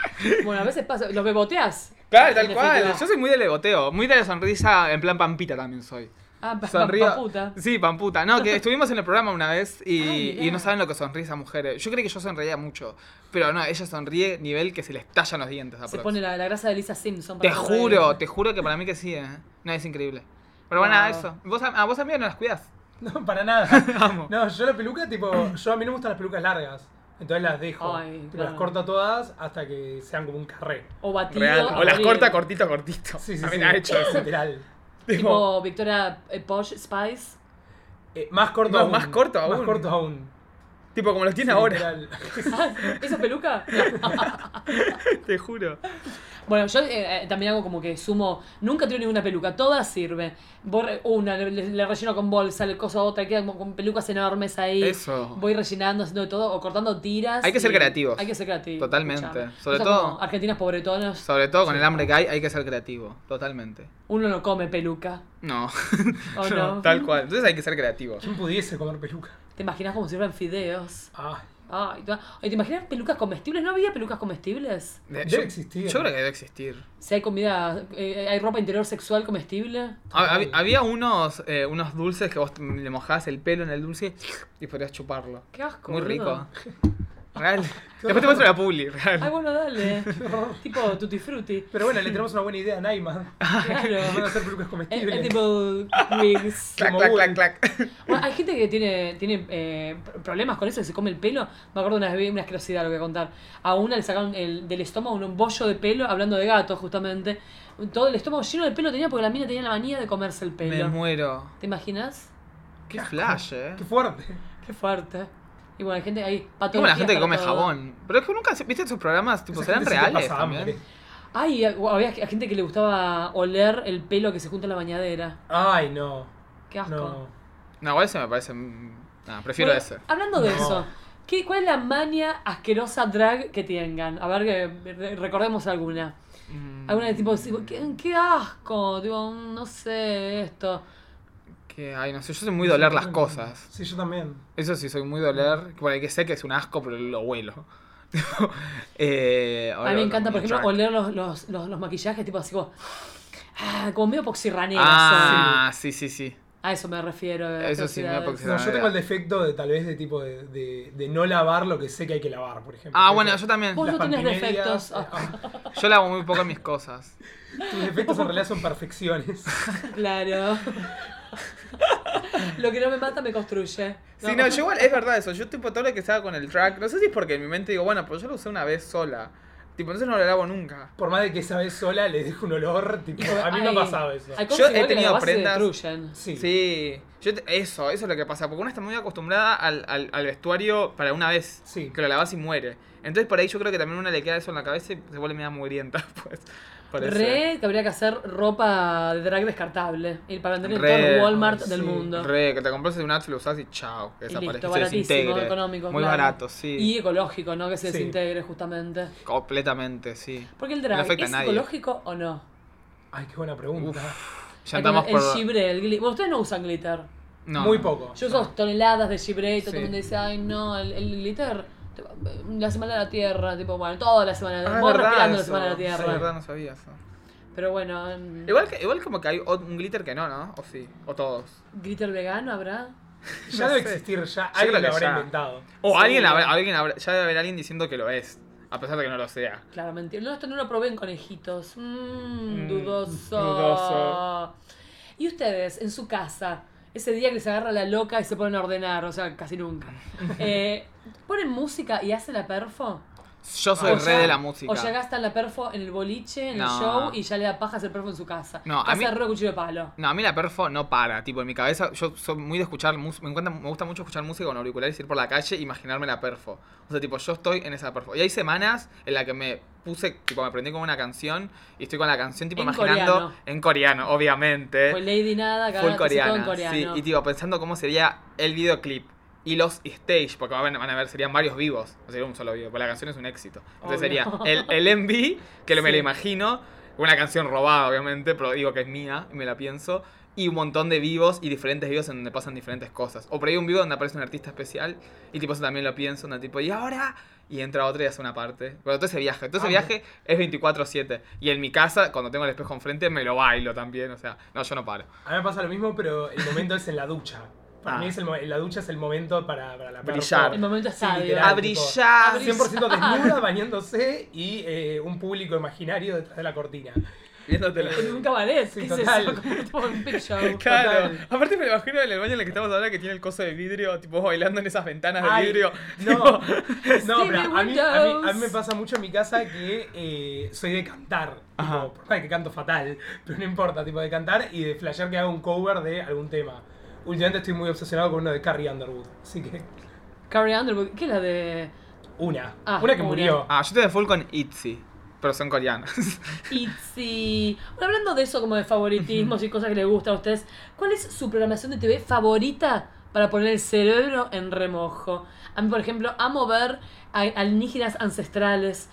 Bueno, a veces pasa, los beboteas. Claro, tal En cual. definitiva. Yo soy muy del egoteo, muy de la sonrisa, en plan pampita también [laughs] soy. Ah, pa- pa- Sonrío. pa- puta. Sí, pamputa. No, [laughs] que estuvimos en el programa una vez y, Ay, mirá. y no saben lo que sonríe esa mujer. Yo creí que yo sonreía mucho, pero no, ella sonríe nivel que se le estallan los dientes. Se aprox. pone la, la grasa de Lisa Simpson. Te para juro, sonreír. te juro que para mí que sí, ¿eh? No, es increíble. Pero bueno, Wow. nada, eso. ¿Vos a, a vos amiga no las cuidas? [laughs] No, [laughs] para nada. Amo. No, yo la peluca, tipo, yo a mí no me gustan las pelucas largas. Entonces las dejo. Ay, Tipo, claro. Las corto todas hasta que sean como un carré. O batido. a O las morir. corta cortito, cortito. Sí, sí, A mí sí. me ha hecho [laughs] eso. Literal. [laughs] Tipo Victoria eh, Posh Spice. Eh, más corto No, aún. más corto Más aún. corto aún. Tipo como los tiene Sí, ahora, literal. Ah, ¿Esa peluca? [laughs] te juro. Bueno, yo eh, eh, también hago como que sumo. Nunca tiro ninguna peluca, todas sirve. Borre una, le, le- le relleno con bolsa, le coso otra, quedan como con pelucas enormes ahí. Eso. Voy rellenando, haciendo de todo, o cortando tiras. Hay que ser y- creativos. Hay que ser creativos. Totalmente. escuchame. Sobre Cosas como todo- Argentinas pobretonas. Sobre todo con el hambre que hay, hay que ser creativo, totalmente. Uno no come peluca. [laughs] No, ¿O No, no? tal cual. Entonces hay que ser creativo. ¿Quién pudiese comer peluca? ¿Te imaginas cómo sirven fideos? Ah, Ay, ta- ay, ¿te imaginas pelucas comestibles? ¿No había pelucas comestibles? De- Debe yo- existir. Yo creo que debe existir. Si hay comida, eh, hay ropa interior sexual comestible. Ha- hab- Había unos, eh, unos dulces que vos le mojabas el pelo en el dulce y podías chuparlo. Qué asco. Muy rico. boludo. [laughs] Real. Después te muestro la publi, real. Ay, bueno, [laughs] dale. tipo tutti frutti. Pero bueno, le tenemos una buena idea a Naima. Van a Claro. hacer pelucas Es, [laughs] comestibles. es tipo wigs. clac, como clac, Google. clac, clac. Bueno, hay gente que tiene, tiene eh, pr- problemas con eso, que se come el pelo. Me acuerdo una vez, una asquerosidad lo que voy a contar. A una le sacaron el- del estómago un bollo de pelo, hablando de gatos justamente. Todo el estómago lleno de pelo tenía porque la mina tenía la manía de comerse el Me pelo. muero. ¿Te imaginas? Qué flash, eh. Qué fuerte. Qué fuerte. Y bueno, hay gente ahí. Como la patologías gente que para come todo. jabón. Pero es que nunca se- viste esos programas, tipo, Esa serán gente sí que reales pasa hambre. también. Ay, había gente que le gustaba oler el pelo que se junta en la bañadera. Ay, no. Qué asco. No. No, igual ese me parece. mm, No, prefiero Bueno, ese. Hablando de No. eso, ¿qué, ¿cuál es la mania asquerosa drag que tengan? A ver, que re- recordemos alguna. Mm, Alguna de tipo, sí, qué, qué asco, digo, mm, no sé, esto. Que, ay, no sé, yo soy muy de oler las cosas. Sí, yo también. Eso sí, soy muy de oler. Por ahí que sé que es un asco, pero lo huelo. [laughs] eh, a olor, mí me encanta, por un ejemplo, oler drag. los, los, los, los maquillajes, tipo así como, ah, como medio poxirranero. Ah, sí, sí, sí. A eso me refiero. eh, Eso sí, medio atrocidades. poxirranero. No, yo tengo el defecto de tal vez de tipo de, de, de no lavar lo que sé que hay que lavar, por ejemplo. Ah, Por bueno, yo ejemplo, también. Vos las no tenés pantinerias, defectos. Ah, Yo lavo muy poco [laughs] mis cosas. Tus defectos en realidad son perfecciones. claro. [laughs] Lo que no me mata me construye. Sí, no, yo igual, es verdad eso. Yo, tipo, todo lo que se haga con el track, no sé si es porque en mi mente digo, bueno, pues yo lo usé una vez sola. Tipo, entonces no lo lavo nunca. Por más de que esa vez sola le dejo un olor, tipo, a mí me Ay, ha pasado eso. hay Yo cosas he igual que tenido la base prendas- destruyen. Sí. Sí, yo te- eso, eso es lo que pasa, porque uno está muy acostumbrada al, al- al vestuario para una vez, Sí. que lo lavas y muere. Entonces por ahí yo creo que también una le queda eso en la cabeza y se vuelve media mugrienta, [laughs] pues. parece. Re que habría que hacer ropa de drag descartable. Y para vender en Re. todo el Walmart Ay, del sí. mundo. Re, que te compras un outfit, lo usas y chao, que Y desaparece, listo, se baratísimo, desintegre. económico. Muy claro. barato, sí. Y ecológico, ¿no? Que se Sí. desintegre justamente. Completamente, sí. Porque el No drag, afecta a ¿es nadie. ecológico o no? Ay, qué buena pregunta. Ya Hay como andamos el por... gibre, el glitter. Bueno, ustedes no usan glitter. No, Muy no. poco. Yo uso toneladas de gibre y todo Sí. el mundo dice, ay no, el, el glitter, tipo, mm, la semana de la tierra, tipo, bueno, toda la semana de Ah, la es Vos verdad respirando la eso. semana de la Sí, es verdad, tierra. Mm. no sabía eso. Pero bueno, mm, Igual, que, igual como que hay o- un glitter que no, ¿no? O sí, o todos. glitter vegano habrá. Ya No debe sé. existir, ya Yo creo alguien que lo habrá ya. inventado. O Sí. alguien, habrá- alguien habrá- ya debe haber alguien diciendo que lo es, a pesar de que no lo sea. Claramente. No, esto no lo probé en conejitos. Mmm, Mm, dudoso. dudoso. ¿Y ustedes, en su casa, ese día que se agarra la loca y se ponen a ordenar, o sea, casi nunca, eh, ponen música y hacen la perfo? Yo soy O re ya- de la música. O ya gastan la perfo en el boliche, en No. el show, y ya le da paja hacer perfo en su casa. No, a casa mí- de re cuchillo de palo. No, a mí la perfo no para, tipo, en mi cabeza, yo soy muy de escuchar música, me, encanta- me gusta mucho escuchar música con auriculares, ir por la calle e imaginarme la perfo. O sea, tipo, yo estoy en esa perfo. Y hay semanas en las que me puse, tipo, me aprendí con una canción y estoy con la canción, tipo, En imaginando coreano. en coreano, obviamente. Fue Pues Lady Nada, Eh, Full cagada, todo en coreana, coreano. sí. Y tipo, pensando cómo sería el videoclip y los stage, porque van, van a ver, serían varios vivos, o sería un solo vivo, porque la canción es un éxito. Entonces Obvio. sería el, el MV, que me lo Sí. imagino, una canción robada, obviamente, pero digo que es mía, y me la pienso, y un montón de vivos y diferentes vivos en donde pasan diferentes cosas. O por ahí un vivo donde aparece un artista especial, y tipo, eso también lo pienso, donde tipo, y ahora, y entra otro y hace una parte. Pero todo ese viaje, todo ese Ah, viaje es 24-7, y en mi casa, cuando tengo el espejo enfrente, me lo bailo también, o sea, no, yo no paro. A mí me pasa lo mismo, pero el momento es en la ducha. Para Ah. mí es el, mo- la ducha es el momento para, para la Brillar. El momento Sí, está literal. a Ah, brillar. 100% desnuda, bañándose y eh, un público imaginario detrás de la cortina. Viéndotela. En un cabaret, Sí, ¿qué total. es eso? Como tipo un big show. Claro, Total. [laughs] aparte me lo imagino en el baño en el que estamos ahora que tiene el coso de vidrio, tipo bailando en esas ventanas de Ay, vidrio. [laughs] No, Steamy no pero a mí, a, mí, a mí me windows. pasa mucho en mi casa que eh, soy de cantar. Ajá. Tipo, por más que canto fatal, pero no importa, tipo de cantar y de flashear que haga un cover de algún tema. Últimamente estoy muy obsesionado con uno de Carrie Underwood, así que Carrie Underwood, ¿qué es la de una. Ah, una que una. murió. Ah, yo te de full con Itzy, pero son coreanos. Itzy? Bueno, hablando de eso, como de favoritismos y cosas que les gustan a ustedes, ¿cuál es su programación de TV favorita para poner el cerebro en remojo? A mí, por ejemplo, amo ver a- alienígenas ancestrales,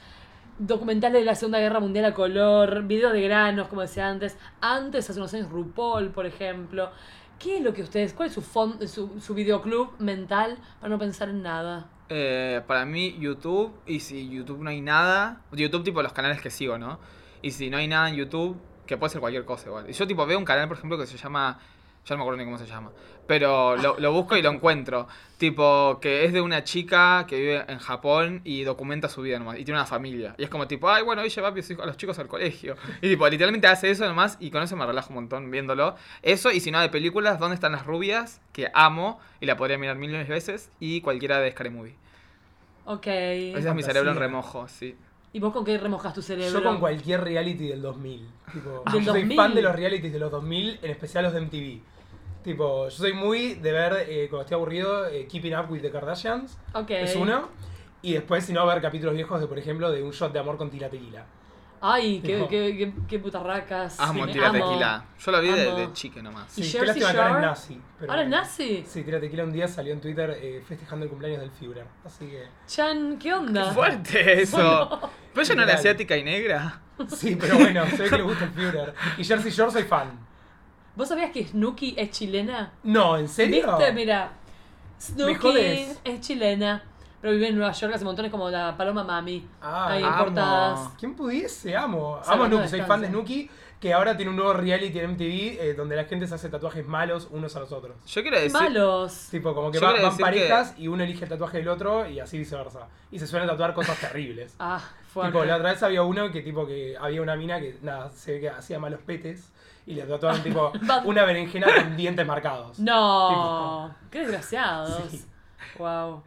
documentales de la Segunda Guerra Mundial a color, videos de granos, como decía antes, antes, hace unos años, RuPaul, por ejemplo. ¿Qué es lo que ustedes, cuál es su, fon- su, su videoclub mental para no pensar en nada? Eh, para mí, YouTube, y si YouTube no hay nada, YouTube tipo los canales que sigo, ¿no? Y si no hay nada en YouTube, que puede ser cualquier cosa igual. Y Yo tipo veo un canal, por ejemplo, que se llama Ya no me acuerdo ni cómo se llama. Pero lo, lo busco y lo encuentro. Tipo, que es de una chica que vive en Japón y documenta su vida nomás. Y tiene una familia. Y es como tipo, ay, bueno, hoy lleva a mis hijos- a los chicos al colegio. Y tipo, literalmente hace eso nomás y con eso me relajo un montón viéndolo. Eso y si no de películas, ¿Dónde están las rubias? Que amo y la podría mirar millones de veces. Y cualquiera de Scary Movie. Ok. Ese es mi fantasía. cerebro en remojo, sí. ¿Y vos con qué remojas tu cerebro? Ah. Yo con cualquier reality del 2000. Tipo, ¿Del 2000? yo soy fan de los realities de los 2000, en especial los de MTV. Tipo, yo soy muy de ver, eh, cuando estoy aburrido, eh, Keeping Up with the Kardashians. Ok. Es uno. Y después, si no, ver capítulos viejos de, por ejemplo, de Un Shot de Amor con Tila Tequila. Ay, qué, Tipo- qué, qué, qué putarracas. Amo Me Tira amo. Tequila. Yo la vi de, Amo. de chique nomás. ¿Y Sí, qué Jersey lástima que ahora es Shore? nazi. pero ¿Ahora es bueno. nazi? Sí, Tila Tequila un día salió en Twitter eh, festejando el cumpleaños del Führer. Así [laughs] que... Chan, ¿qué onda? Fuerte eso. Pero ella no era Literal. asiática y negra. Sí, pero bueno, sé que le gusta el Führer. Y Jersey Shore soy fan. ¿Vos sabías que Snooki es chilena? No, ¿en serio? ¿Viste? Mira. Snooki jodés. es chilena. Pero vive en Nueva York hace montones como la Paloma Mami. Ah, Ahí amo. cortadas. ¿Quién pudiese? Amo. Salvando Amo Snooki, soy fan de distancia. Snooki, que ahora tiene un nuevo reality en MTV eh, donde la gente se hace tatuajes malos unos a los otros. Yo quiero decir. Malos. Tipo, como que Yo va- quiero van decir parejas y uno elige el tatuaje del otro y así viceversa. Y se suelen [laughs] tatuar cosas terribles. Ah, fuerte. Tipo, la otra vez había uno que tipo que había una mina que nada, se ve que hacía malos petes y [laughs] le tatuaban tipo Bad- una berenjena con dientes marcados. No. Qué desgraciados. Wow.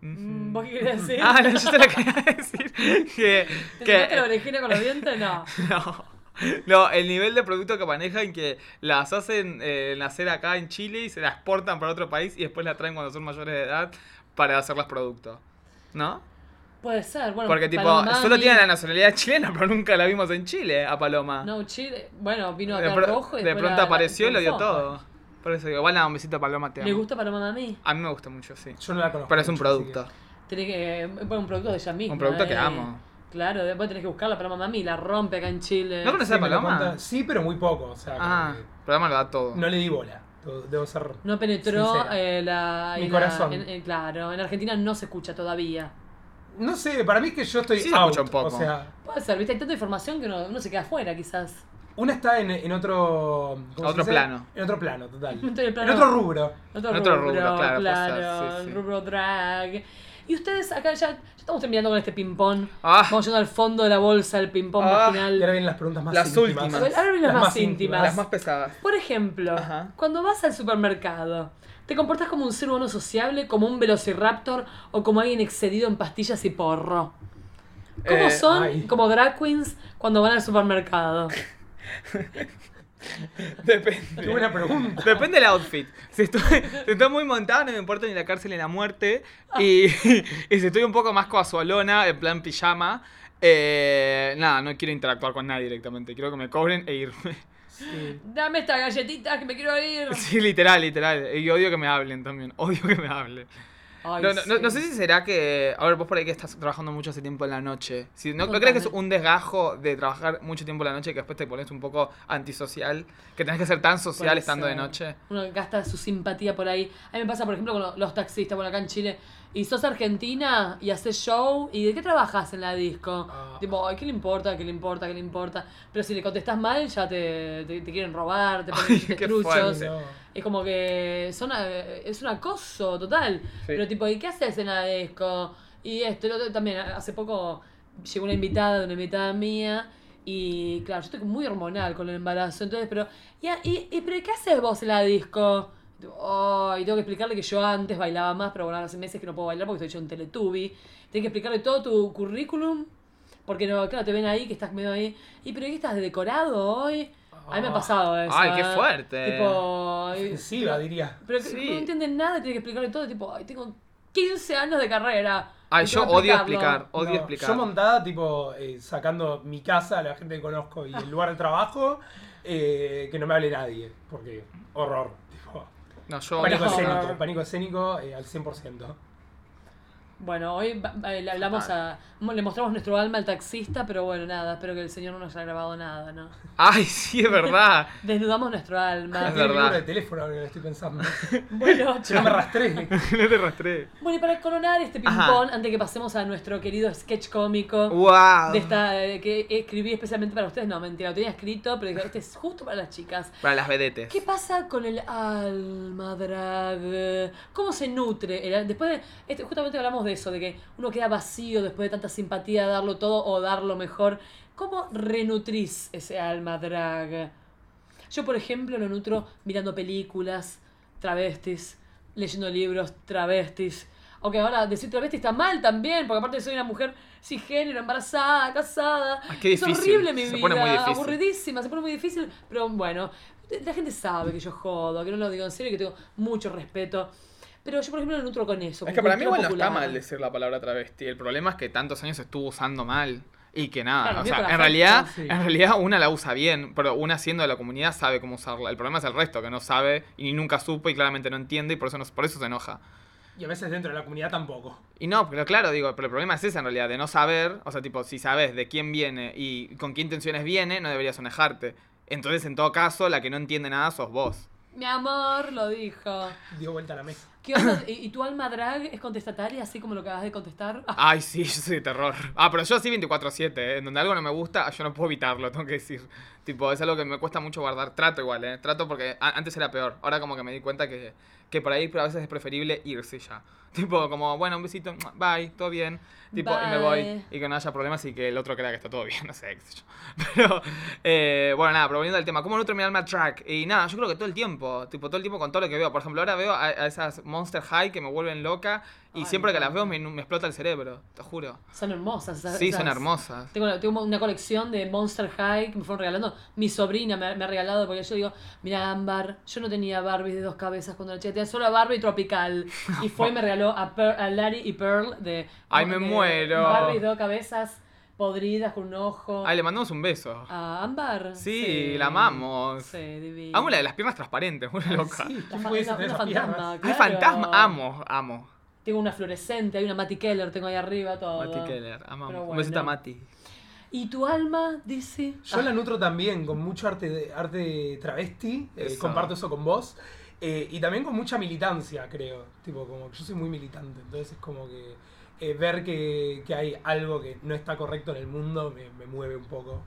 Mm. Mm, ¿Vos qué [laughs] querés decir? Ah, no, yo te lo quería [laughs] decir. Que. ¿Te [laughs] sacaste la que orejina con los dientes? [laughs] No. no. No, el nivel de producto que manejan que las hacen eh, nacer acá en Chile y se las exportan para otro país y después las traen cuando son mayores de edad para hacerlas producto. ¿No? Puede ser. Bueno, Porque tipo, Paloma solo Mami- tienen la nacionalidad chilena, pero nunca la vimos en Chile, a Paloma. No, Chile. Bueno, vino acá de, al pro- rojo y de después pronto la- apareció y lo dio triunfó. todo. Por eso digo, bueno, un besito a Paloma, te ¿Le amo. gusta Paloma Mami? A mí me gusta mucho, sí. Yo no la conozco. Pero es un mucho, así que- producto. Tenés que. eh, Bueno, un producto de ella misma. Un producto que eh. amo. Claro, después tenés que buscarla para mami y la rompe acá en Chile. ¿No conoces Sí, a me lo Paloma? conta- Sí, pero muy poco. O sea, como Ah, que Paloma lo da todo. no le di bola. Debo- Debo ser No penetró Sincera. eh, la. Mi la- corazón. en- en- claro, en Argentina no se escucha todavía. No sé, para mí es que yo estoy Sí se out. escucha un poco. O sea, Puede ser, viste, hay tanta información que uno, uno se queda afuera, quizás. una está en, en otro. ¿cómo se Otro dice? plano. En otro plano, total. [laughs] En otro plano. En otro rubro. Otro, Otro rubro, rubro, claro, claro, puede ser, sí, sí. rubro drag. Y ustedes acá ya, ya estamos terminando con este ping-pong. Ah. Vamos yendo al fondo de la bolsa, el ping-pong Ah. Y ahora vaginal. vienen las preguntas más Las íntimas. últimas. Ahora vienen las más íntimas. Las más pesadas. Por ejemplo, Ajá. cuando vas al supermercado, ¿te comportas como un ser humano sociable, como un velociraptor o como alguien excedido en pastillas y porro? ¿Cómo Eh, son ay. como drag queens cuando van al supermercado? [laughs] Depende. Qué buena pregunta. Depende del outfit. Si estoy, si estoy muy montada, no me importa ni la cárcel ni la muerte. Y, [laughs] y si estoy un poco más coazolona, en plan pijama, eh, nada, no quiero interactuar con nadie directamente. Quiero que me cobren e irme. Sí. Dame esta galletita que me quiero ir. [laughs] Sí, literal, literal. Y odio que me hablen también. Odio que me hablen. Ay, No, no, no- sí. no sé si será que. A ver, vos por ahí que estás trabajando mucho hace tiempo en la noche. Si, ¿no, ¿No Contame. crees que es un desgajo de trabajar mucho tiempo en la noche que después te pones un poco antisocial? Que tenés que ser tan social Puede estando de ser. noche. Uno gasta su simpatía por ahí. A mí me pasa, por ejemplo, con lo- los taxistas, bueno, acá en Chile. Y sos argentina y haces show. ¿Y de qué trabajas en la disco? Ah. Tipo, ay, ¿qué le importa? ¿Qué le importa? ¿Qué le importa? Pero si le contestás mal, ya te, te- te quieren robar, [laughs] te ponen Ay, chistes qué truchos. fuerte. No. Es como que son, eh, es un acoso total. Pero tipo, ¿y qué haces en la disco? Y esto, y lo otro. también hace poco llegó una invitada, una invitada mía. Y claro, yo estoy muy hormonal con el embarazo. Entonces, pero, ¿y, a- y, y pero qué haces vos en la disco? Y digo, Ay, tengo que explicarle que yo antes bailaba más, pero bueno, hace meses que no puedo bailar porque estoy hecho un teletubi. Tienes que explicarle todo tu currículum. Porque no, claro, te ven ahí que estás medio ahí. ¿Y pero qué estás de decorado hoy? A mí me ha Ah. pasado eso. Ay, qué ¿eh? fuerte. Tipo, ay, Ofensiva, eh, diría. pero Sí. que no entienden nada, tienen que explicarle todo. Tipo, ay, tengo 15 años de carrera. Ay, y yo tengo que odio explicarlo. explicar. Odio No, explicar. Yo montada, tipo, eh, sacando mi casa, la gente que conozco y el lugar de trabajo, eh, que no me hable nadie. Porque, horror. Tipo, No, yo pánico Horror. escénico, pánico escénico eh, al 100%. Bueno, hoy va- va- le hablamos a. Le mostramos nuestro alma al taxista, pero bueno, nada, espero que el señor no nos haya grabado nada, ¿no? Ay, sí, es verdad. [laughs] Desnudamos nuestro alma. [laughs] Es Tiene mi verdad. número de teléfono ahora que lo estoy pensando. [laughs] Bueno, Si no me chao. arrastré. no te arrastré. Bueno, y para coronar este Ajá. ping-pong, antes que pasemos a nuestro querido sketch cómico. Wow. De esta eh, que escribí especialmente para ustedes, no, mentira, lo tenía escrito, pero dije, este es justo para las chicas. Para las vedetes. ¿Qué pasa con el alma drag? ¿Cómo se nutre? El al- Después de, este, justamente hablamos de eso, de que uno queda vacío después de tanta simpatía, darlo todo o darlo mejor. ¿Cómo renutrís ese alma drag? Yo, por ejemplo, lo nutro mirando películas, travestis, leyendo libros, travestis. Aunque ahora decir travesti está mal también, porque aparte soy una mujer cisgénero, embarazada, casada. Ah, qué Es difícil. horrible mi Se vida, pone muy difícil. aburridísima, se pone muy difícil, pero bueno, la gente sabe que yo jodo, que no lo digo en serio y que tengo mucho respeto. Pero yo, por ejemplo, lo nutro con eso. con Es que para cultura mí igual no está popular. mal decir la palabra travesti. El problema es que tantos años se estuvo usando mal. Y que nada, Claro, o sí, sea, con la en gente, realidad, sí. en realidad una la usa bien, pero una siendo de la comunidad sabe cómo usarla. El problema es el resto, que no sabe y nunca supo y claramente no entiende y por eso, no- por eso se enoja. Y a veces dentro de la comunidad tampoco. Y no, pero claro, digo, pero el problema es ese en realidad, de no saber, o sea, tipo, si sabes de quién viene y con qué intenciones viene, no deberías enojarte. Entonces, en todo caso, la que no entiende nada sos vos. Mi amor lo dijo. Dio vuelta a la mesa. ¿Qué [clears throat] onda? ¿Y, y tu alma drag es contestataria, así como lo acabas de contestar? Ah, Ay, sí, [laughs] yo soy de terror. Ah, pero yo así 24-7, ¿eh? En donde algo no me gusta, yo no puedo evitarlo, [laughs] tengo que decir. Tipo, es algo que me cuesta mucho guardar. Trato igual, ¿eh? Trato porque a- antes era peor. Ahora como que me di cuenta que, que por ahí a veces es preferible irse ya. [laughs] Tipo, como, bueno, un besito, mua, bye, todo bien. Tipo, y me voy. Bye. Y que no haya problemas y que el otro crea que está todo bien, [laughs] no sé, qué sé yo. Pero, eh, bueno, nada, pero volviendo al tema, ¿cómo no terminar alma track? Y nada, yo creo que todo el tiempo, tipo, todo el tiempo con todo lo que veo. Por ejemplo, ahora veo a, a esas Monster High que me vuelven loca y Ay, siempre que no. las veo me, me explota el cerebro, te juro. son hermosas. esas- Sí, son esas- hermosas. Tengo, tengo una colección de Monster High que me fueron regalando. Mi sobrina me, ha- me ha regalado porque yo digo, mira, Ámbar, yo no tenía Barbies de dos cabezas cuando era chica, tenía solo a Barbie [laughs] tropical. Y fue y me regaló a, Pearl- a Larry y Pearl de... Ay, me de muero. Barbies de dos cabezas podridas con un ojo. Ay, le mandamos un beso. A Ámbar. Sí, la amamos. Sí, divina. Amo la de las piernas transparentes, [laughs] muy loca. Sí, La ¿quién fa- puede una- tener una esas piernas? fantasma, Ay, claro. fantasma, amo, amo. Tengo una fluorescente, hay una Matty Keller, tengo ahí arriba todo. Mati Keller, amamos. Pero Un besito a bueno. Mati. ¿Y tu alma, dice? Yo la nutro también con mucho arte, de- arte travesti, eh, Eso. comparto eso con vos, eh, y también con mucha militancia, creo. Tipo, como que yo soy muy militante, entonces es como que eh, ver que, que hay algo que no está correcto en el mundo me, me mueve un poco.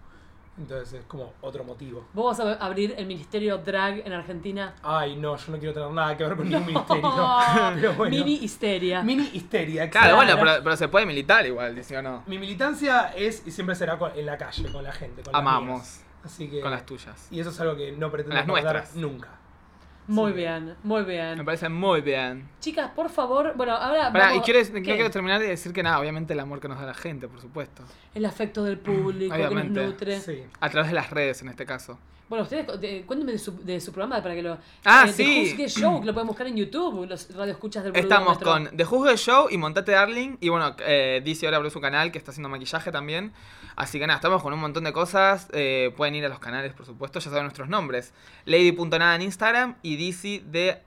Entonces es como otro motivo. Vos vas a abrir el Ministerio Drag en Argentina. Ay, no, yo no quiero tener nada que ver con ningún [laughs] [laughs] ministerio. Oh, Pero bueno. Mini histeria. Mini histeria, Claro, exacto. bueno, pero, pero se puede militar igual, dice o no. Mi militancia es y siempre será con- en la calle, con la gente, con las mías. Amamos. Así que, Con las tuyas. y eso es algo que no pretendo Las guardar nuestras. nunca. muy Sí. bien, muy Me bien. parece muy bien. Chicas, por favor, bueno, ahora Pará, vamos- y quiero, no ¿Qué? quiero terminar de decir que nada, obviamente el amor que nos da la gente, por supuesto. el afecto del público que nos Obviamente. nutre. Sí. A través de las redes en este caso. Bueno, ustedes cu- de- cuéntenme de su, de su programa para que lo eh, Ah, de sí. Who's Get Show, que lo pueden buscar en YouTube, los radioescuchas del Estamos Boludómetro. con The Juzgue Show y Montate Darling. Y bueno, eh, DC ahora abrió su canal que está haciendo maquillaje también. Así que nada, estamos con un montón de cosas. eh, pueden ir a los canales, por supuesto, ya saben nuestros nombres. Lady.nada en Instagram y DC de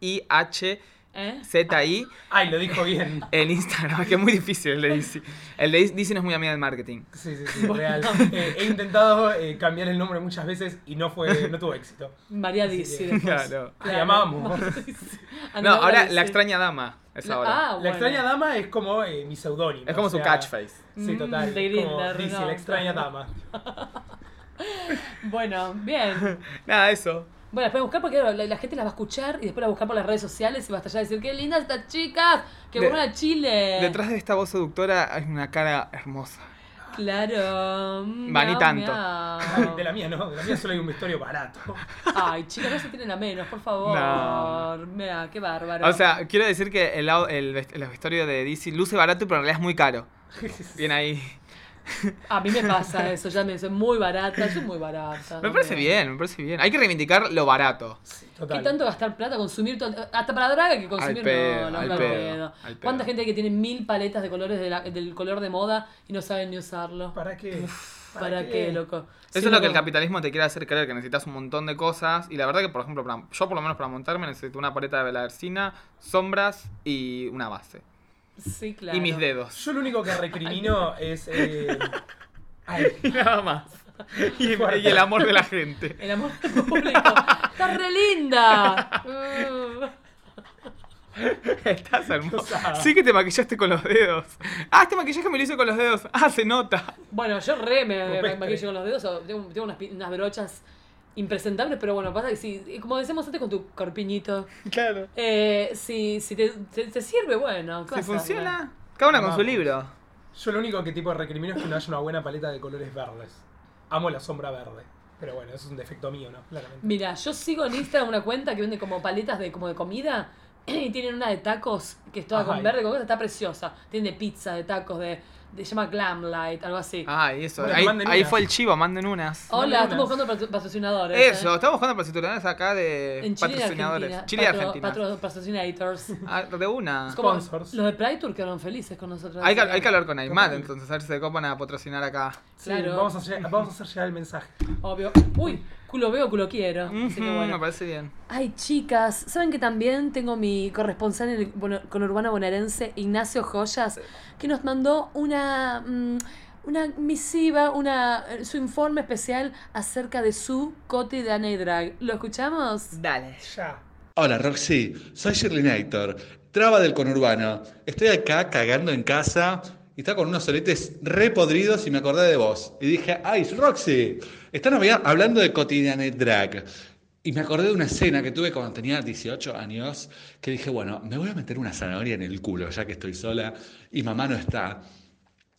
I H ¿Eh? Z I Ay, lo [laughs] dijo bien. en Instagram, [laughs] que es muy difícil el de DC. El de DC no es muy amiga del marketing. Sí, sí, sí, real. Eh, he intentado eh, cambiar el nombre muchas veces y no fue, no tuvo éxito. María Así Dizzy. que- después. [laughs] Claro. [laughs] Te Ah, amamos. No, ahora Dizzy. la extraña dama es La- ahora. Ah, La bueno. extraña dama es como eh, mi seudónimo. Es como o su sea, catchphrase. Sí, total. Mm, de es como Grindr, Dizzy, no. la extraña dama. Bueno, bien. Nada, eso. Bueno, las pueden buscar porque claro, la, la gente las va a escuchar y después las va a buscar por las redes sociales y va a estar allá y decir, qué lindas estas chicas, que De- bueno a Chile. Detrás de esta voz seductora hay una cara hermosa. Claro. mm, Va, ni miau, tanto. [laughs] miau. De la mía no, de la mía solo hay un vestuario barato. Oh. Ay, chicas, no se tienen a menos, por favor. No. Mirá, qué bárbaro. O sea, quiero decir que el, au- el, vest- el vestuario de DC luce barato, pero en realidad es muy [laughs] caro. Bien ahí. a mí me pasa eso, ya me dicen muy barata, soy muy barata. Me parece Ah, bien, me parece bien. Hay que reivindicar lo barato. ¿Qué Total. tanto gastar plata? Consumir todo- Hasta para draga hay que consumir Al pedo, no, no, al no, pedo, no. al pedo. ¿Cuánta gente hay que tiene mil paletas de colores de la- del color de moda y no saben ni usarlo? ¿Para, ¿Para qué? qué, loco? Eso es lo que el capitalismo te quiere hacer creer, que necesitas un montón de cosas. Y la verdad que, por ejemplo, para- yo por lo menos para montarme necesito una paleta de veladercina, sombras y una base. Sí, claro. y mis dedos. Yo lo único que recrimino es. eh, [laughs] ay, [laughs] Nada más. Y, [laughs] y [laughs] el amor de la [laughs] gente. El amor público. ¡Estás re linda! Mm. Estás hermosa. Usada. Sí que te maquillaste con los dedos. Ah, este maquillaje me lo hice con los dedos. Ah, se nota. Bueno, yo re me, me Rupestre. maquillo con los dedos. o Tengo, tengo unas, pi- unas brochas impresentables, pero bueno, pasa que si, y como decíamos antes con tu corpiñito, Claro. eh, si, si te, te- te sirve, bueno. ¿qué Si vas a hacer? funciona, cada una con su Vamos. libro. yo lo único que tipo recrimino es que no haya una buena paleta de colores verdes. Amo la sombra verde. Pero bueno, eso es un defecto mío, ¿no? Claramente. Mira, yo sigo en Instagram una cuenta que vende como paletas de, como de comida [clears throat] y tienen una de tacos que es toda con Ajá. verde, con cosas, está preciosa. Tiene de pizza, de tacos, de, de- se llama Glam Light, algo así. Ah, y eso. Bueno, ahí, manden ahí unas. fue el chivo, manden unas. Hola, Manden estamos buscando patro- patrocinadores. ¿eh? Eso, estamos buscando patrocinadores acá de En Chile y Argentina. Eh, patrocinadores. Chile y Patro- Argentina. patro- patrocinators. Ah, de una. Es como Sponsors. Los de Pride Tour quedaron felices con nosotros. Hay que, hay que hablar con Aymar, Total. entonces a ver si se copan a patrocinar acá. Sí, claro. vamos, a [laughs] hacer, vamos a hacer llegar el mensaje. Obvio. Uy, culo veo, culo quiero. Así que Ujú, bueno. Me parece bien. Ay, chicas, ¿saben que también tengo mi corresponsal en el bono- con Urbano Bonaerense, Ignacio Joyas, que nos mandó una, mm, una misiva, una, eh, su informe especial acerca de su cotidiana y drag? ¿Lo escuchamos? Dale. Ya. Hola Roxy, soy Shirley Nator, traba del conurbano. Estoy acá cagando en casa y está con unos soletes repodridos y me acordé de vos. Y dije, ¡ay, Roxy! Están había- hablando de cotidianet drag. Y me acordé de una escena que tuve cuando tenía 18 años que dije, bueno, me voy a meter una zanahoria en el culo ya que estoy sola y mamá no está.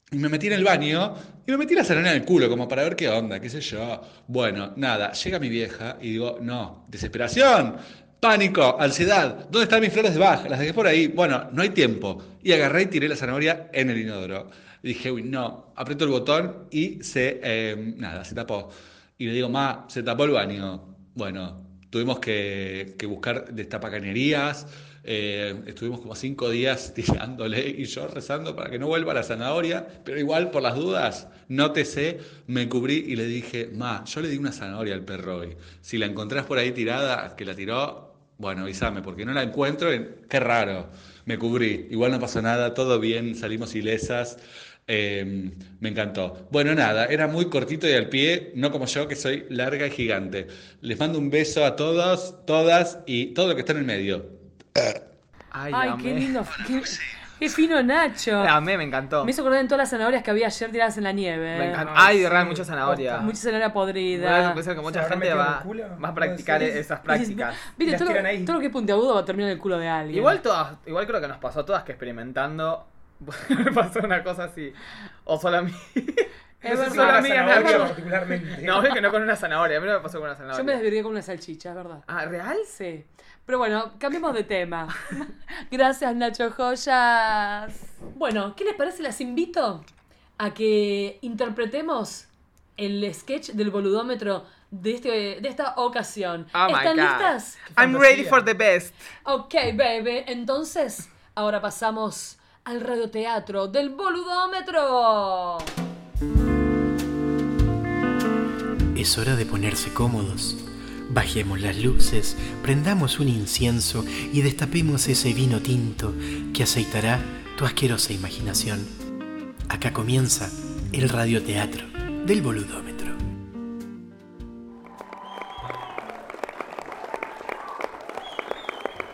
Y me metí en el baño y me metí la zanahoria en el culo, como para ver qué onda, qué sé yo. Bueno, nada, llega mi vieja y digo, no, desesperación, pánico, ansiedad, ¿dónde están mis flores de Bach? Las dejé por ahí. Bueno, no hay tiempo. Y agarré y tiré la zanahoria en el inodoro. Y dije, uy, no, aprieto el botón y se, eh, nada, se tapó. Y le digo, ma, se tapó el baño. Bueno, tuvimos que, que buscar destapacanerías, eh, estuvimos como cinco días [laughs] tirándole y yo rezando para que no vuelva la zanahoria, pero igual por las dudas, no te sé, me cubrí y le dije, ma, yo le di una zanahoria al perro hoy, si la encontrás por ahí tirada, que la tiró, bueno, avísame, porque no la encuentro, y- qué raro, me cubrí, igual no pasó nada, todo bien, salimos ilesas. Eh, me encantó. Bueno, nada, era muy cortito y al pie, no como yo que soy larga y gigante. Les mando un beso a todos, todas y todo lo que está en el medio. Ay, Ay, amé. qué lindo. Qué, qué fino Nacho. [laughs] La amé, me encantó. Me hizo acordar en todas las zanahorias que había ayer tiradas en la nieve. Me encantó. Ay, Ay, de verdad, sí. mucha zanahoria. Mucha zanahoria Bueno, podrida. puede ser que mucha ¿Se habrá gente metido en va, el culo? va a practicar Puede [laughs] ser. esas prácticas. Viste, Las todo, tiran ahí. todo lo que es puntiagudo va a terminar en el culo de alguien. Igual todas, igual creo que nos pasó a todas que experimentando [laughs] pasó una cosa así. O solo a mí. Es No sé Eso si verdad. con sí, la la amiga, zanahoria no. [laughs] particularmente. No, es que no con una zanahoria, a mí no me pasó con una zanahoria. Yo me desvirgué con una salchicha, es verdad. Ah, ¿real? Sí. Pero bueno, cambiemos de [laughs] tema. Gracias, Nacho Joyas. Bueno, ¿qué les parece? Las invito a que interpretemos el sketch del boludómetro de, este, de esta ocasión. Oh my ¿Están God. listas? I'm fantasía. ready for the best. Ok, baby. Entonces, ahora pasamos al radioteatro del boludómetro. Es hora de ponerse cómodos. Bajemos las luces, prendamos un incienso y destapemos ese vino tinto que aceitará tu asquerosa imaginación. Acá comienza el radioteatro del boludómetro.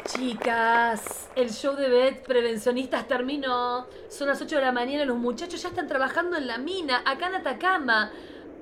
Chicas, el show de Bet Prevencionistas terminó. Son las 8 de la mañana, los muchachos ya están trabajando en la mina, acá en Atacama.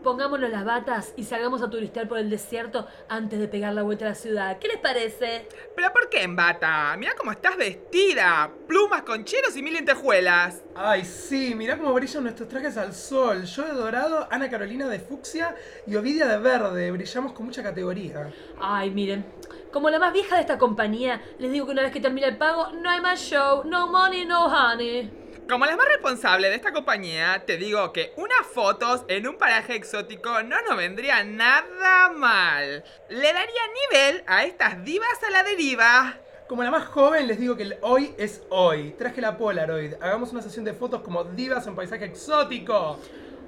Pongámonos las batas y salgamos a turistear por el desierto antes de pegar la vuelta a la ciudad. ¿Qué les parece? ¿Pero por qué en bata? Mirá cómo estás vestida. Plumas, concheros y mil lentejuelas. Ay, sí, mirá cómo brillan nuestros trajes al sol. Yo de dorado, Ana Carolina de fucsia y Ovidia de verde. Brillamos con mucha categoría. Ay, miren, como la más vieja de esta compañía, les digo que una vez que termina el pago, no hay más show, no money, no honey. Como la más responsable de esta compañía, te digo que unas fotos en un paraje exótico no nos vendría nada mal. Le daría nivel a estas divas a la deriva. Como la más joven, les digo que el hoy es hoy. Traje la Polaroid. Hagamos una sesión de fotos como divas en paisaje exótico.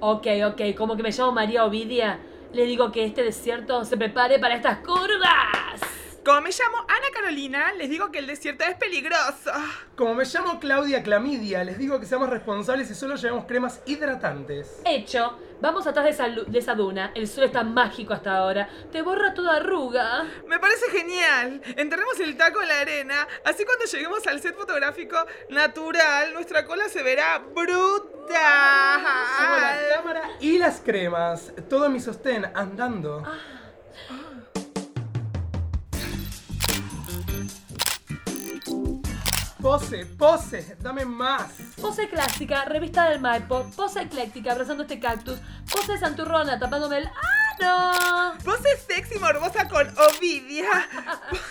Ok, ok, como que me llamo María Ovidia, les digo que este desierto se prepare para estas curvas. Como me llamo Ana Carolina, les digo que el desierto es peligroso. Como me llamo Claudia Clamidia, les digo que seamos responsables y solo llevemos cremas hidratantes. Hecho, vamos atrás de esa, lu- de esa duna. El sol está mágico hasta ahora. Te borra toda arruga. Me parece genial. Enterremos el taco en la arena. Así cuando lleguemos al set fotográfico natural, nuestra cola se verá Tengo la brutal. cámara y las cremas. Todo en mi sostén, andando. Pose, pose, dame más. Pose clásica, revista del Maipo. Pose ecléctica, abrazando este cactus. Pose santurrona, tapándome el ano. Pose sexy morbosa con Ovidia.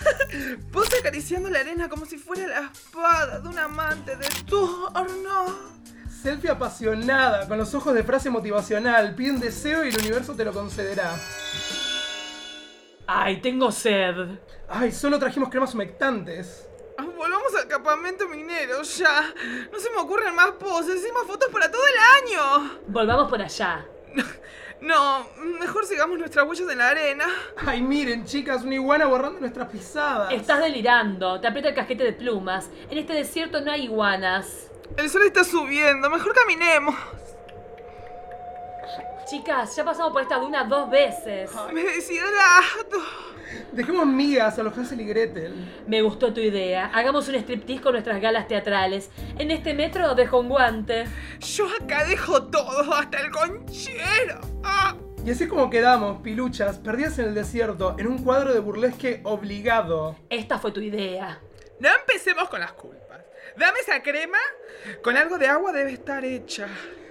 [laughs] Pose acariciando la arena como si fuera la espada de un amante de turno. Selfie apasionada, con los ojos de frase motivacional. Pide un deseo y el universo te lo concederá. Ay, tengo sed. Ay, solo trajimos cremas humectantes. Ah, Volvamos al campamento minero ya. No se me ocurren más poses y más fotos para todo el año. Volvamos por allá. No, mejor sigamos nuestras huellas en la arena. Ay, miren, chicas, una iguana borrando nuestras pisadas. Estás delirando. Te aprieta el casquete de plumas. En este desierto no hay iguanas. El sol está subiendo, mejor caminemos. Chicas, ya pasamos por esta duna dos veces. Me deshidrato. Dejemos migas a los Hansel y Gretel. Me gustó tu idea. Hagamos un striptease con nuestras galas teatrales. En este metro dejo un guante. Yo acá dejo todo, hasta el conchero. Ah, Y así es como quedamos, piluchas, perdidas en el desierto, en un cuadro de burlesque obligado. Esta fue tu idea. No empecemos con las culpas. Dame esa crema. Con algo de agua debe estar hecha.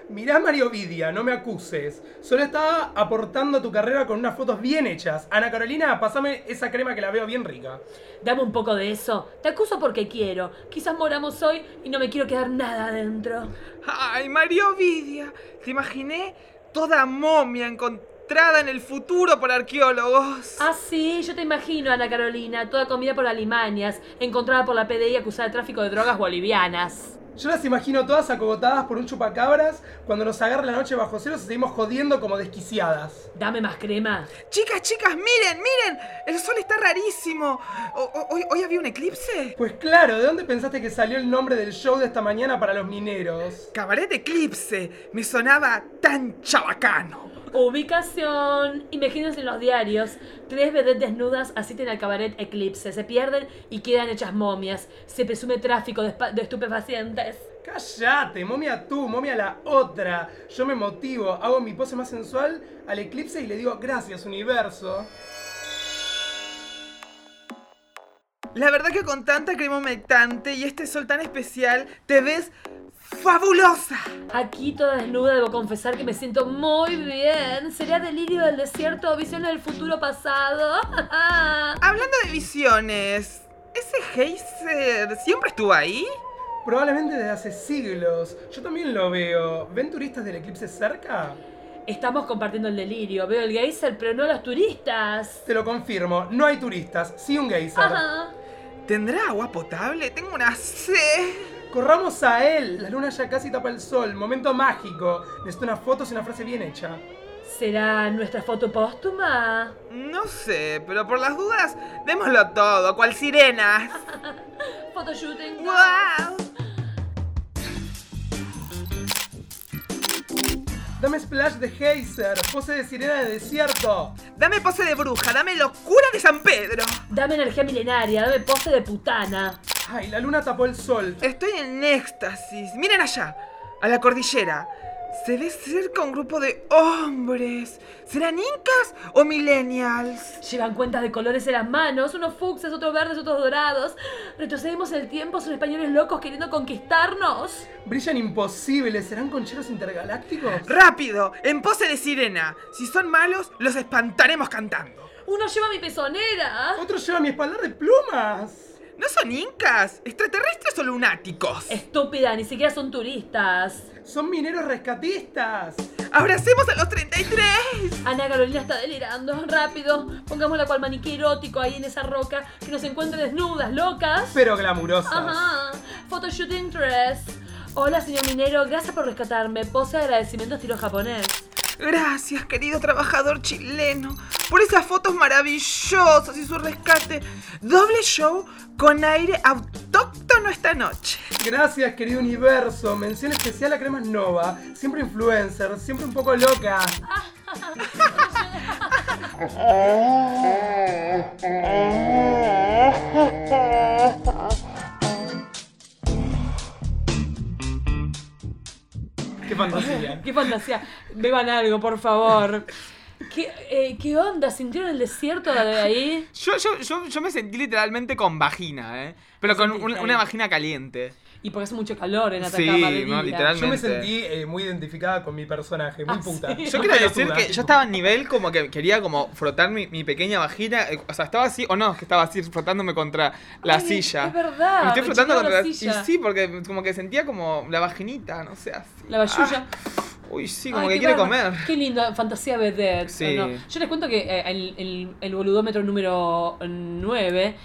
Mirá, Mario Vidia, no me acuses. Solo estaba aportando a tu carrera con unas fotos bien hechas. Ana Carolina, pasame esa crema que la veo bien rica. Dame un poco de eso. Te acuso porque quiero. Quizás moramos hoy y no me quiero quedar nada adentro. Ay, María Ovidia, te imaginé toda momia encontrada en el futuro por arqueólogos. Ah, sí, yo te imagino, Ana Carolina, toda comida por alimañas, encontrada por la PDI acusada de tráfico de drogas bolivianas. Yo las imagino todas acogotadas por un chupacabras cuando nos agarra la noche bajo cero se seguimos jodiendo como desquiciadas. Dame más crema. Chicas, chicas, miren, miren. El sol está rarísimo. O- o- hoy, ¿Hoy había un eclipse? Pues claro, ¿de dónde pensaste que salió el nombre del show de esta mañana para los mineros? Cabaret Eclipse. Me sonaba tan chabacano. Ubicación. Imagínense en los diarios. Tres vedettes desnudas asisten al cabaret Eclipse. Se pierden y quedan hechas momias. Se presume tráfico de, espa- de estupefacientes. Cállate, momia tú, momia la otra. Yo me motivo, hago mi pose más sensual al eclipse y le digo gracias, universo. La verdad que con tanta crema humectante y este sol tan especial, te ves fabulosa. Aquí toda desnuda debo confesar que me siento muy bien. ¿Sería delirio del desierto o visión del futuro pasado? [laughs] Hablando de visiones, ¿ese geyser siempre estuvo ahí? Probablemente desde hace siglos. Yo también lo veo. ¿Ven turistas del eclipse cerca? Estamos compartiendo el delirio. Veo el geyser, pero no a los turistas. Te lo confirmo, no hay turistas, sí un geyser. Ajá. ¿Tendrá agua potable? Tengo una sed. Corramos a él, la luna ya casi tapa el sol, momento mágico. Necesito unas fotos y una frase bien hecha. ¿Será nuestra foto póstuma? No sé, pero por las dudas, démoslo todo, cual sirenas. Photoshooting. ¡Wow! Dame splash de geyser, pose de sirena de desierto. Dame pose de bruja, dame locura de San Pedro. Dame energía milenaria, dame pose de putana. Ay, la luna tapó el sol. Estoy en éxtasis. Miren allá, a la cordillera. Se ve cerca un grupo de hombres. ¿Serán incas o millennials? Llevan cuentas de colores en las manos, unos fucsias, otros verdes, otros dorados. Retrocedemos el tiempo, son españoles locos queriendo conquistarnos. Brillan imposibles, ¿serán concheros intergalácticos? Rápido, en pose de sirena. Si son malos, los espantaremos cantando. Uno lleva mi pezonera. Otro lleva mi espaldar de plumas. ¿No son incas? ¿Extraterrestres o lunáticos? Estúpida, ni siquiera son turistas. Son mineros rescatistas. ¡Abracemos a los 33! Ana Carolina está delirando. Rápido, pongámosla cual maniquí erótico ahí en esa roca que nos encuentre desnudas, locas. Pero glamurosos. Ajá. Photoshooting dress. Hola, señor minero. Gracias por rescatarme. Pose de agradecimiento estilo japonés. Gracias, querido trabajador chileno, por esas fotos maravillosas y su rescate. Doble show con aire autóctono esta noche. Gracias, querido universo. Mención especial a Cremas Nova. Siempre influencer, siempre un poco loca. Qué fantasía. Qué fantasía. Beban algo, por favor. ¿Qué, eh, qué onda? ¿Sintieron el desierto [laughs] de ahí? Yo, yo, yo, yo me sentí literalmente con vagina, ¿eh? Pero con Sentiste un- ahí. una vagina caliente. Y porque hace mucho calor en Sí, Atacama de no, día. literal. Yo me Realmente. sentí eh, muy identificada con mi personaje, muy Ah, puta. sí. Yo Muy quiero decir pelotuda. que yo estaba a nivel como que quería como frotar mi, mi pequeña vagina. eh, O sea, estaba así, o no, es que estaba así frotándome contra la Ay, silla. es verdad, Me estoy me frotando chocaba contra la la silla. silla. Y sí, porque como que sentía como la vaginita, no sé, así. La bayuya. Uy, Ah, sí, como Ay, que qué quiere bárbaro. comer. Qué lindo, fantasía vedette. Sí. ¿o no? Yo les cuento que eh, el, el- el boludómetro número 9,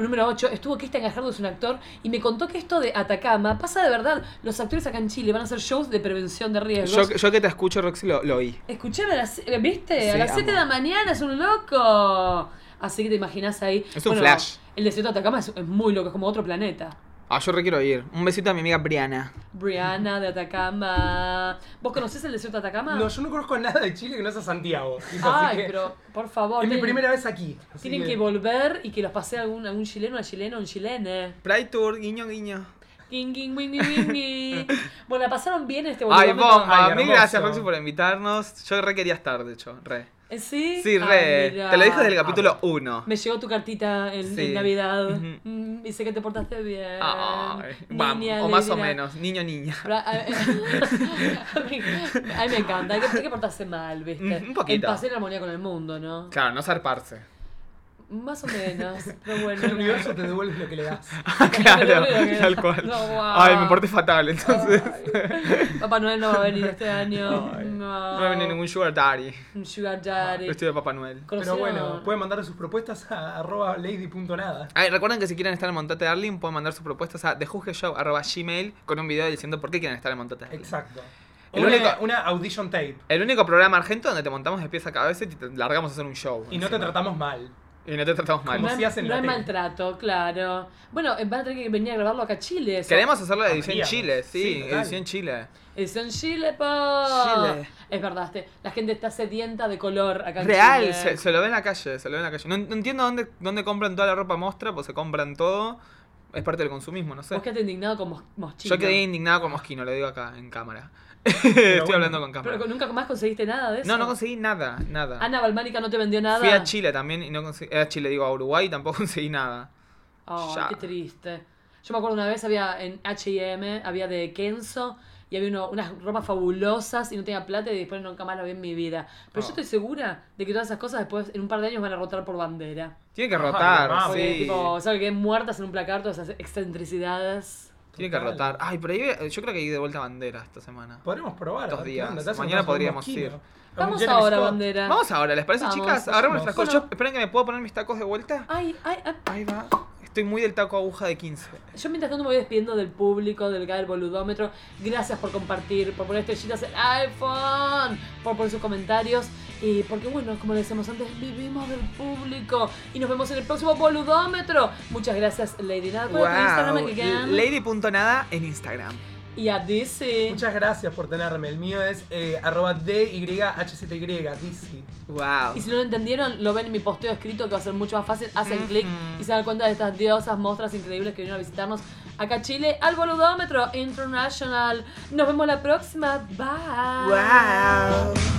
número 8, estuvo Cristian Gajardo, es un actor, y me contó que esto de Atacama pasa de verdad. Los actores acá en Chile van a hacer shows de prevención de riesgos. Yo, yo que te escucho, Roxy, lo, lo oí. Escuchame, a las- ¿viste? a Sí, las 7 de amo. la mañana es un loco. Así que te imaginas ahí. Es un flash. El desierto de Atacama es, es muy loco, es como otro planeta. Ah, yo requiero ir. Un besito a mi amiga Briana. Brianna de Atacama. ¿Vos conocés el desierto de Atacama? No, yo no conozco nada de Chile que no sea Santiago. tipo, así Ay, que- pero por favor. Es mi tienen- primera vez aquí. así Tienen que volver y que los pase algún, algún chileno, una chilena, un chilene. Pride Tour, guiño, guiño. Ging, ging, wingy, [laughs] wingy. Bueno, ¿la pasaron bien en este Ay, boludómetro? bomba. Ay, Mil hermoso. gracias, Roxy, por invitarnos. Yo re quería estar, de hecho, re. Eh, ¿Sí? Sí, Ah, re. mira. Te lo dije desde el capítulo 1. Me llegó tu cartita en, Sí. en Navidad. Ujú. Mm, y sé que te portaste bien. Ay, Niña vamos, o más o alegre. menos, niño niña. Pero, a- a- a mí- a mí me encanta. Hay que, hay que portarse mal, ¿viste? Mm, un poquito. En paz y en armonía con el mundo, ¿no? Claro, no [laughs] zarparse. Más o menos. Pero bueno. [laughs] El universo te devuelve lo que le [laughs] das. claro, Creo que- tal cual. No, guau. Ay, me porté fatal, [laughs] entonces. Papá Noel no va a venir este año. Ay, no. No va a venir ningún Ah, sugar daddy. Un Sugar Daddy. Vestido de Papá Noel. Pero ¿Conocieron? bueno, pueden mandar sus propuestas a arroba lady.nada. Ay, recuerden que si quieren estar en Montate Darling, pueden mandar sus propuestas a thejuzgueshow.gmail con un video diciendo por qué quieren estar en Montate Darling. Exacto. El una, único- una audition tape. El único programa argento donde te montamos de pies a cabeza y te largamos a hacer un show. Y no te encima. tratamos mal. Y no te tratamos mal. Como no hay, si hacen no la hay tele. maltrato, claro. Bueno, eh, van a tener que venir a grabarlo acá a Chile. eso. Queremos hacerlo de edición Amaríamos. Chile, sí, Sí, total. edición Chile. Edición Chile, po. Chile. Es verdad, este- la gente está sedienta de color acá en Real, Chile. se, se lo ve en la calle, se lo ve en la calle. No, no entiendo dónde, dónde compran toda la ropa mostra, pues se compran todo. Es parte del consumismo, no sé. Vos quedate indignado con mos- Moschino. Yo quedé indignado con Mosquino, lo digo acá, en cámara. [laughs] Estoy bueno. hablando con cámara. Pero nunca más conseguiste nada de eso. No, no conseguí nada, nada. Ana Balmánica no te vendió nada. Fui a Chile también y no conseguí. A Chile, digo, a Uruguay y tampoco [laughs] conseguí nada. Ay, Ya. qué triste. Yo me acuerdo una vez había en H&M, había de Kenzo y había uno- unas ropas fabulosas y no tenía plata y después nunca más la vi en mi vida. Pero Oh. yo estoy segura de que todas esas cosas después en un par de años van a rotar por bandera. Tiene que Ay, rotar, mamá, Porque Ah, sí. tipo, o sea, que queden muertas en un placar todas esas excentricidades. Tiene que Total. rotar. Ay, pero ahí- yo creo que hay de vuelta bandera esta semana. Podremos probar. Estos a ver qué días. onda. Te hacen Mañana un paso de podríamos mosquino. ir. A un Vamos Jeremy ahora, Scott. bandera. Vamos ahora, ¿les parece, Vamos, chicas? vamos. Agarramos nuestras cosas. Bueno. Yo- esperen que me puedo poner mis tacos de vuelta. Ay, ay, ay. Ahí va. Estoy muy del taco aguja de 15. Yo mientras tanto me voy despidiendo del público, del del boludómetro. Gracias por compartir, por poner estrellitas en iPhone, por poner sus comentarios. Y porque bueno, como le decíamos antes, vivimos del público. Y nos vemos en el próximo boludómetro. Muchas gracias, Lady Nada. ¿Cuál es tu Instagram que quedan? Lady.nada en Instagram. Y a DC. Muchas gracias por tenerme. El mío es eh, arroba DYH7Y, Dizzy. Wow. Y si no lo entendieron, lo ven en mi posteo escrito que va a ser mucho más fácil. Hacen Ujú. clic y se dan cuenta de estas diosas, monstruas increíbles que vinieron a visitarnos acá a Chile al Boludómetro International. Nos vemos la próxima. Bye. Wow.